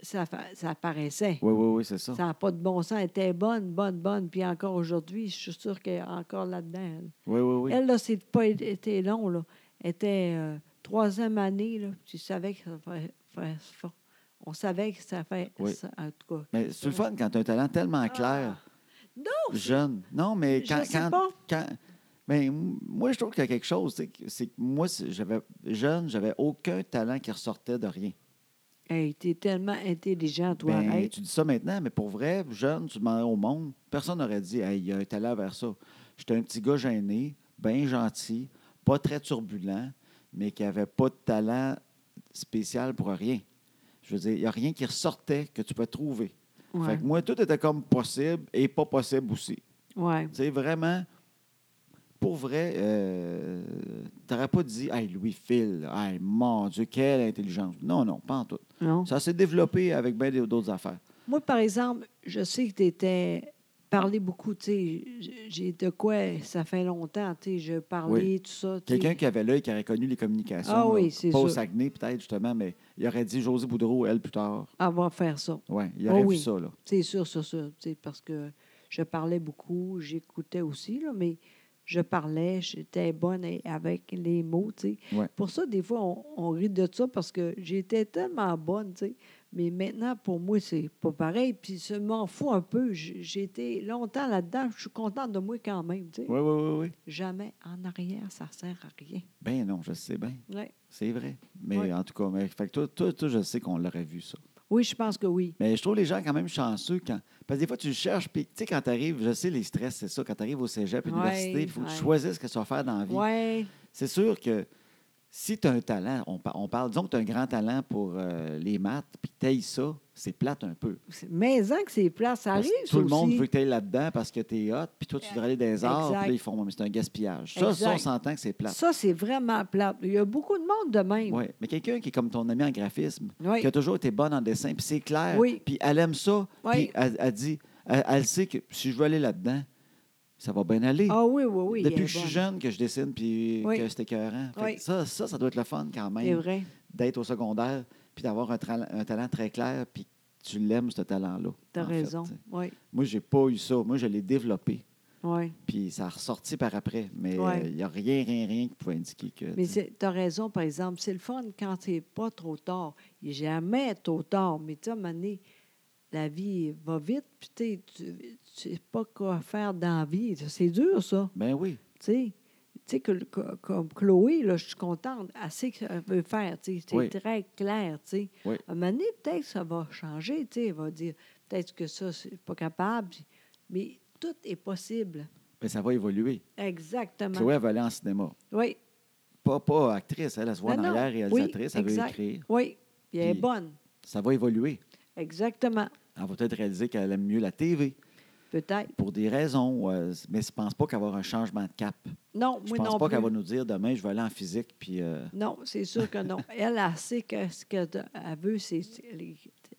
ça, fa- ça paraissait.
Oui, oui, oui, c'est ça.
Ça n'a pas de bon sens. Elle était bonne, bonne, bonne. Puis encore aujourd'hui, je suis sûre qu'elle est encore là-dedans. Elle,
Oui, oui, oui.
Elle, là, c'est pas été- été long, là. Elle était euh, troisième année, là. Tu savais que ça ferait- ferait- fa- On savait que ça fait
Oui.
ça, en tout cas.
Mais c'est le fun quand tu as un talent tellement clair,
Ah, Non!
jeune. Non, mais
Je
quand.
sais
quand,
pas.
quand- ben, m- moi, je trouve qu'il y a quelque chose. C'est que, c'est que moi, c'est- j'avais jeune, j'avais aucun talent qui ressortait de rien.
Ah! Hey, t'es tellement intelligent, toi.
Ben,
Hey,
Tu dis ça maintenant, mais pour vrai, jeune, tu demanderais au monde, personne n'aurait dit Hey, il y a un talent vers ça. J'étais un petit gars gêné, bien gentil, pas très turbulent, mais qui n'avait pas de talent spécial pour rien. Je veux dire, il n'y a rien qui ressortait que tu peux trouver.
ouais,
Fait que moi, tout était comme possible et pas possible aussi.
ouais.
Tu sais, vraiment, pour vrai, euh, t'aurais pas dit Hey, Louis-Phil, hey, mon Dieu, quelle intelligence. Non, non, pas en tout.
Non.
Ça s'est développé avec bien des- d'autres affaires.
Moi, par exemple, je sais que tu étais parlé beaucoup, tu sais, j- j'ai de quoi, ça fait longtemps, tu sais, je parlais,
Oui.
tout ça. tu sais.
Quelqu'un qui avait l'œil, qui aurait connu les communications,
Ah oui,
là,
c'est
pas au
sûr.
Saguenay peut-être justement, mais il aurait dit José Boudreau, elle, plus tard.
Avoir faire ça.
Ouais, il
Ah
aurait
oui.
vu ça, là.
C'est sûr, c'est sûr, tu sais, parce que je parlais beaucoup, j'écoutais aussi, là, mais je parlais, j'étais bonne a- avec les mots, tu sais.
Ouais.
Pour ça, des fois, on, on rit de ça parce que j'étais tellement bonne, tu sais. Mais maintenant, pour moi, c'est pas pareil. Puis, je m'en fous un peu. J- J'ai été longtemps là-dedans. Je suis contente de moi quand même, tu sais.
Oui, oui, oui, oui.
jamais en arrière, ça sert à rien.
Ben non, je sais bien.
Ouais.
C'est vrai. Mais
Ouais.
en tout cas, mais, fait que toi, toi, toi, je sais qu'on l'aurait vu, ça.
Oui, je pense que oui.
Mais je trouve les gens quand même chanceux quand. Parce que des fois, tu le cherches, puis tu sais, quand tu arrives, je sais, les stress, c'est ça, quand tu arrives au cégep,
Ouais,
université, il faut que
ouais.
tu choisisses ce que tu vas faire dans la vie.
Oui,
C'est sûr que Si tu as un talent, on, par- on parle, disons que tu as un grand talent pour euh, les maths, puis que tu ça, c'est plate un peu.
C'est- Mais en que c'est plat, ça
Parce
arrive,
que
ça
tout le monde
aussi.
veut que tu ailles là-dedans parce que tu es hot, puis toi, tu voudrais aller dans les arts, puis
Exact.
là, ils font, mais c'est un gaspillage. Ça, ça, on
Exact.
s'entend que c'est plate.
Ça, c'est vraiment plate. Il y a beaucoup de monde de même.
Ouais. Mais quelqu'un qui est comme ton ami en graphisme,
Oui.
qui a toujours été bonne en dessin, puis c'est clair,
Oui.
puis elle aime ça,
Oui.
puis elle, elle dit, elle, elle sait que si je veux aller là-dedans, ça va bien aller.
Ah oui, oui, oui.
Depuis
elle
que
est
je suis
bonne.
jeune, que je dessine, puis
Oui.
que c'est écœurant. Fait que
Oui.
Ça, ça, ça doit être le fun quand
C'est
même,
vrai.
d'être au secondaire, puis d'avoir un, tra- un talent très clair, puis tu l'aimes, ce talent-là.
Tu as
en fait,
raison.
tu sais.
Oui,
Moi, j'ai pas eu ça. Moi, je l'ai développé.
oui.
Puis ça a ressorti par après. Mais euh, il
Ouais.
n'y a rien, rien, rien qui pouvait indiquer que.
Mais
tu sais,
tu as raison, par exemple. C'est le fun quand c'est pas trop tard. Il n'est jamais trop tard. Mais tu sais, à un moment donné, la vie va vite. Puis t'sais, tu tu sais pas quoi faire dans la vie. C'est dur, ça.
Ben oui.
Tu sais. Tu sais, que, le- co- comme Chloé, là, je suis contente. Elle sait ce qu'elle veut faire. tu sais. C'est
Oui.
très clair. tu sais.
Oui.
À un moment donné, peut-être que ça va changer. tu sais. Elle va dire peut-être que ça, c'est pas capable. Mais tout est possible.
Ben, ça va évoluer.
Exactement.
Chloé, elle va aller en cinéma.
Oui.
Pas, pas actrice, elle, elle se voit en
Non, Ah non.
arrière, réalisatrice,
Oui,
elle veut
exact.
écrire.
Oui. Puis elle est
Puis-
bonne.
Ça va évoluer.
Exactement.
Elle va peut-être réaliser qu'elle aime mieux la TV
Peut-être.
pour des raisons, euh, mais je pense pas qu'elle va avoir un changement de cap.
Non,
Je
moi
pense
non
pas
plus.
qu'elle va nous dire demain, je vais aller en physique, puis euh,
Non, c'est sûr que non. elle, elle sait que ce qu'elle veut, c'est elle est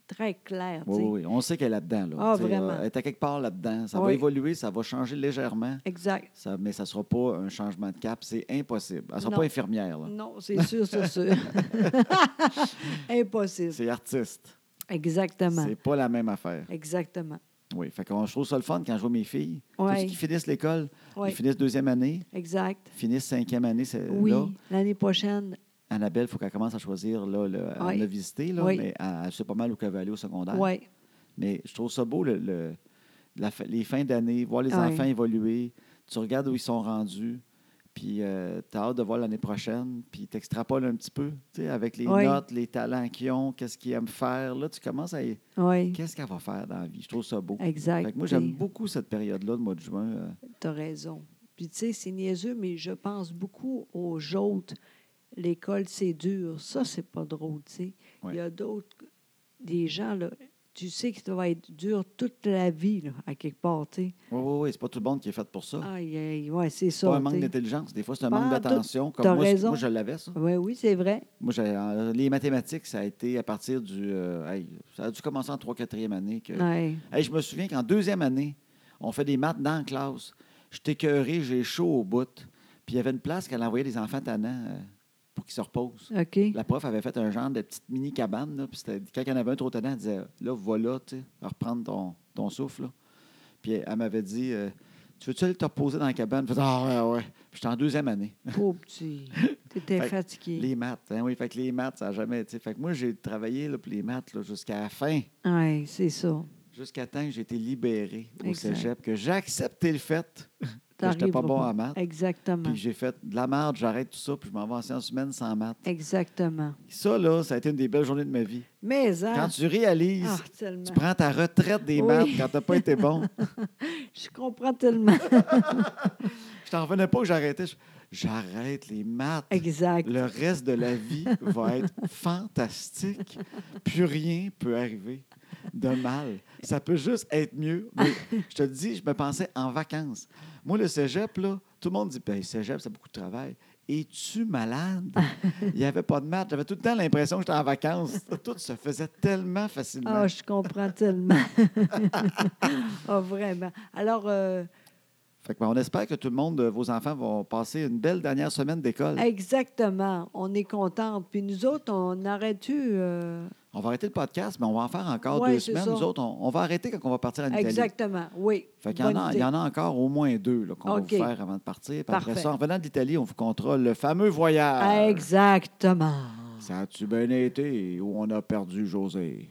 très clair. tu
oui,
sais.
oui, oui. on sait qu'elle est là-dedans. là.
Ah,
Tu sais,
vraiment.
euh, elle est à quelque part là-dedans. Ça va
Oui.
évoluer, ça va changer légèrement,
Exact.
ça, mais ça ne sera pas un changement de cap. C'est impossible. Elle ne sera
Non.
pas infirmière. là.
Non, c'est sûr, c'est sûr. Impossible.
C'est artiste.
Exactement.
C'est pas la même affaire.
Exactement.
Oui. Fait qu'on- je trouve ça le fun quand je vois mes filles.
Ouais.
Tous ceux qui finissent l'école,
Oui,
ils finissent deuxième année,
exact.
finissent cinquième année. c'est-
Oui,
Euh, Là,
l'année prochaine.
Annabelle, il faut qu'elle commence à choisir. Là, le,
Ouais.
Elle l'a visité, là,
Oui.
mais elle, elle sait pas mal où qu'elle veut aller au secondaire.
Oui,
Mais je trouve ça beau, le, le- la fin- les fins d'année, voir les
Ouais.
enfants évoluer. Tu regardes où ils sont rendus. Puis, tu as hâte de voir l'année prochaine. Puis, tu extrapoles un petit peu, tu sais, avec les
Ouais.
notes, les talents qu'ils ont, qu'est-ce qu'ils aiment faire. Là, tu commences à.
oui,
Qu'est-ce qu'elle va faire dans la vie? Je trouve ça beau. Fait
exact.
que moi, j'aime beaucoup cette période-là, le mois de juin. euh,
Tu as raison. Puis tu sais, c'est niaiseux, mais je pense beaucoup aux autres. L'école, c'est dur. Ça, c'est pas drôle, tu sais.
Ouais.
Il y a d'autres, des gens, là, tu sais que ça va être dur toute la vie, là, à quelque part, tu sais.
Oui, oui, oui, c'est pas tout le monde qui est fait pour ça.
Aïe, aïe, ouais, c'est
Ah. C'est pas
ça,
un manque
tu sais.
d'intelligence. Des fois, c'est un
Pas
manque
en tout.
d'attention. Comme
T'as
moi, c'est-
raison.
moi, je l'avais, ça.
Ouais, oui, c'est vrai.
Moi, j'ai- en- les mathématiques, ça a été à partir du. euh, hey, ça a dû commencer en 3-4e année. Que,
Ouais.
Hey, je me souviens qu'en deuxième année, on fait des maths dans la classe. J'étais écœuré, j'ai chaud au bout. Puis il y avait une place qu'elle envoyait des enfants tannants euh, pour qu'ils se reposent.
OK.
La prof avait fait un genre de petite mini-cabane. là, puis c'était- Quand il y en avait un trop tannant, elle disait Là, voilà, tu sais, reprendre ton, ton souffle. là. Puis elle, elle m'avait dit euh, Tu veux-tu aller te reposer dans la cabane Je faisais, Ah, ouais, ouais. Puis j'étais en deuxième année.
Pauvre petit. T'étais
Fait que
fatigué.
Les maths. hein, oui, fait que les maths, ça n'a jamais été. Fait que moi, j'ai travaillé là, pour les maths là, jusqu'à la fin.
Ouais, c'est ça.
Jusqu'à temps que j'ai été libéré au
Exact.
cégep, que j'ai accepté le fait que j'étais pas
T'arriveras
bon en maths. Puis
Exactement.
que j'ai fait de la merde, j'arrête tout ça, puis je m'en vais en sciences humaines sans maths.
Exactement.
Ça, là, ça a été une des belles journées de ma vie.
Mais, hein,
Quand tu réalises,
ah, tellement.
tu prends ta retraite des
Oui.
maths quand t'as pas été bon.
Je comprends tellement.
Je t'en revenais pas que j'arrêtais. Je- J'arrête les maths.
exact.
Le reste de la vie va être fantastique. Plus rien peut arriver de mal. Ça peut juste être mieux. Mais je te le dis, je me pensais en vacances. Moi, le cégep, là, tout le monde dit ben, cégep, c'est beaucoup de travail. Es-tu malade? Il n'y avait pas de match. J'avais tout le temps l'impression que j'étais en vacances. Tout se faisait tellement facilement.
Ah, je comprends tellement. Ah, vraiment. Alors, euh,
Fait que, ben, on espère que tout le monde, euh, vos enfants, vont passer une belle dernière semaine d'école.
exactement, on est contente. Puis nous autres, on arrête-tu? euh,
On va arrêter le podcast, mais on va en faire encore
Ouais,
deux
c'est
semaines.
ça.
Nous autres, on, on va arrêter quand on va partir en Italie.
Exactement, oui.
Fait qu'il y, en
Bonne
a-
idée.
il y en a encore au moins deux là, qu'on
OK.
va vous faire avant de partir. Puis après
Parfait.
ça, en venant de l'Italie, on vous contrôle le fameux voyage.
Exactement.
Ça a-tu bien été ou on a perdu José?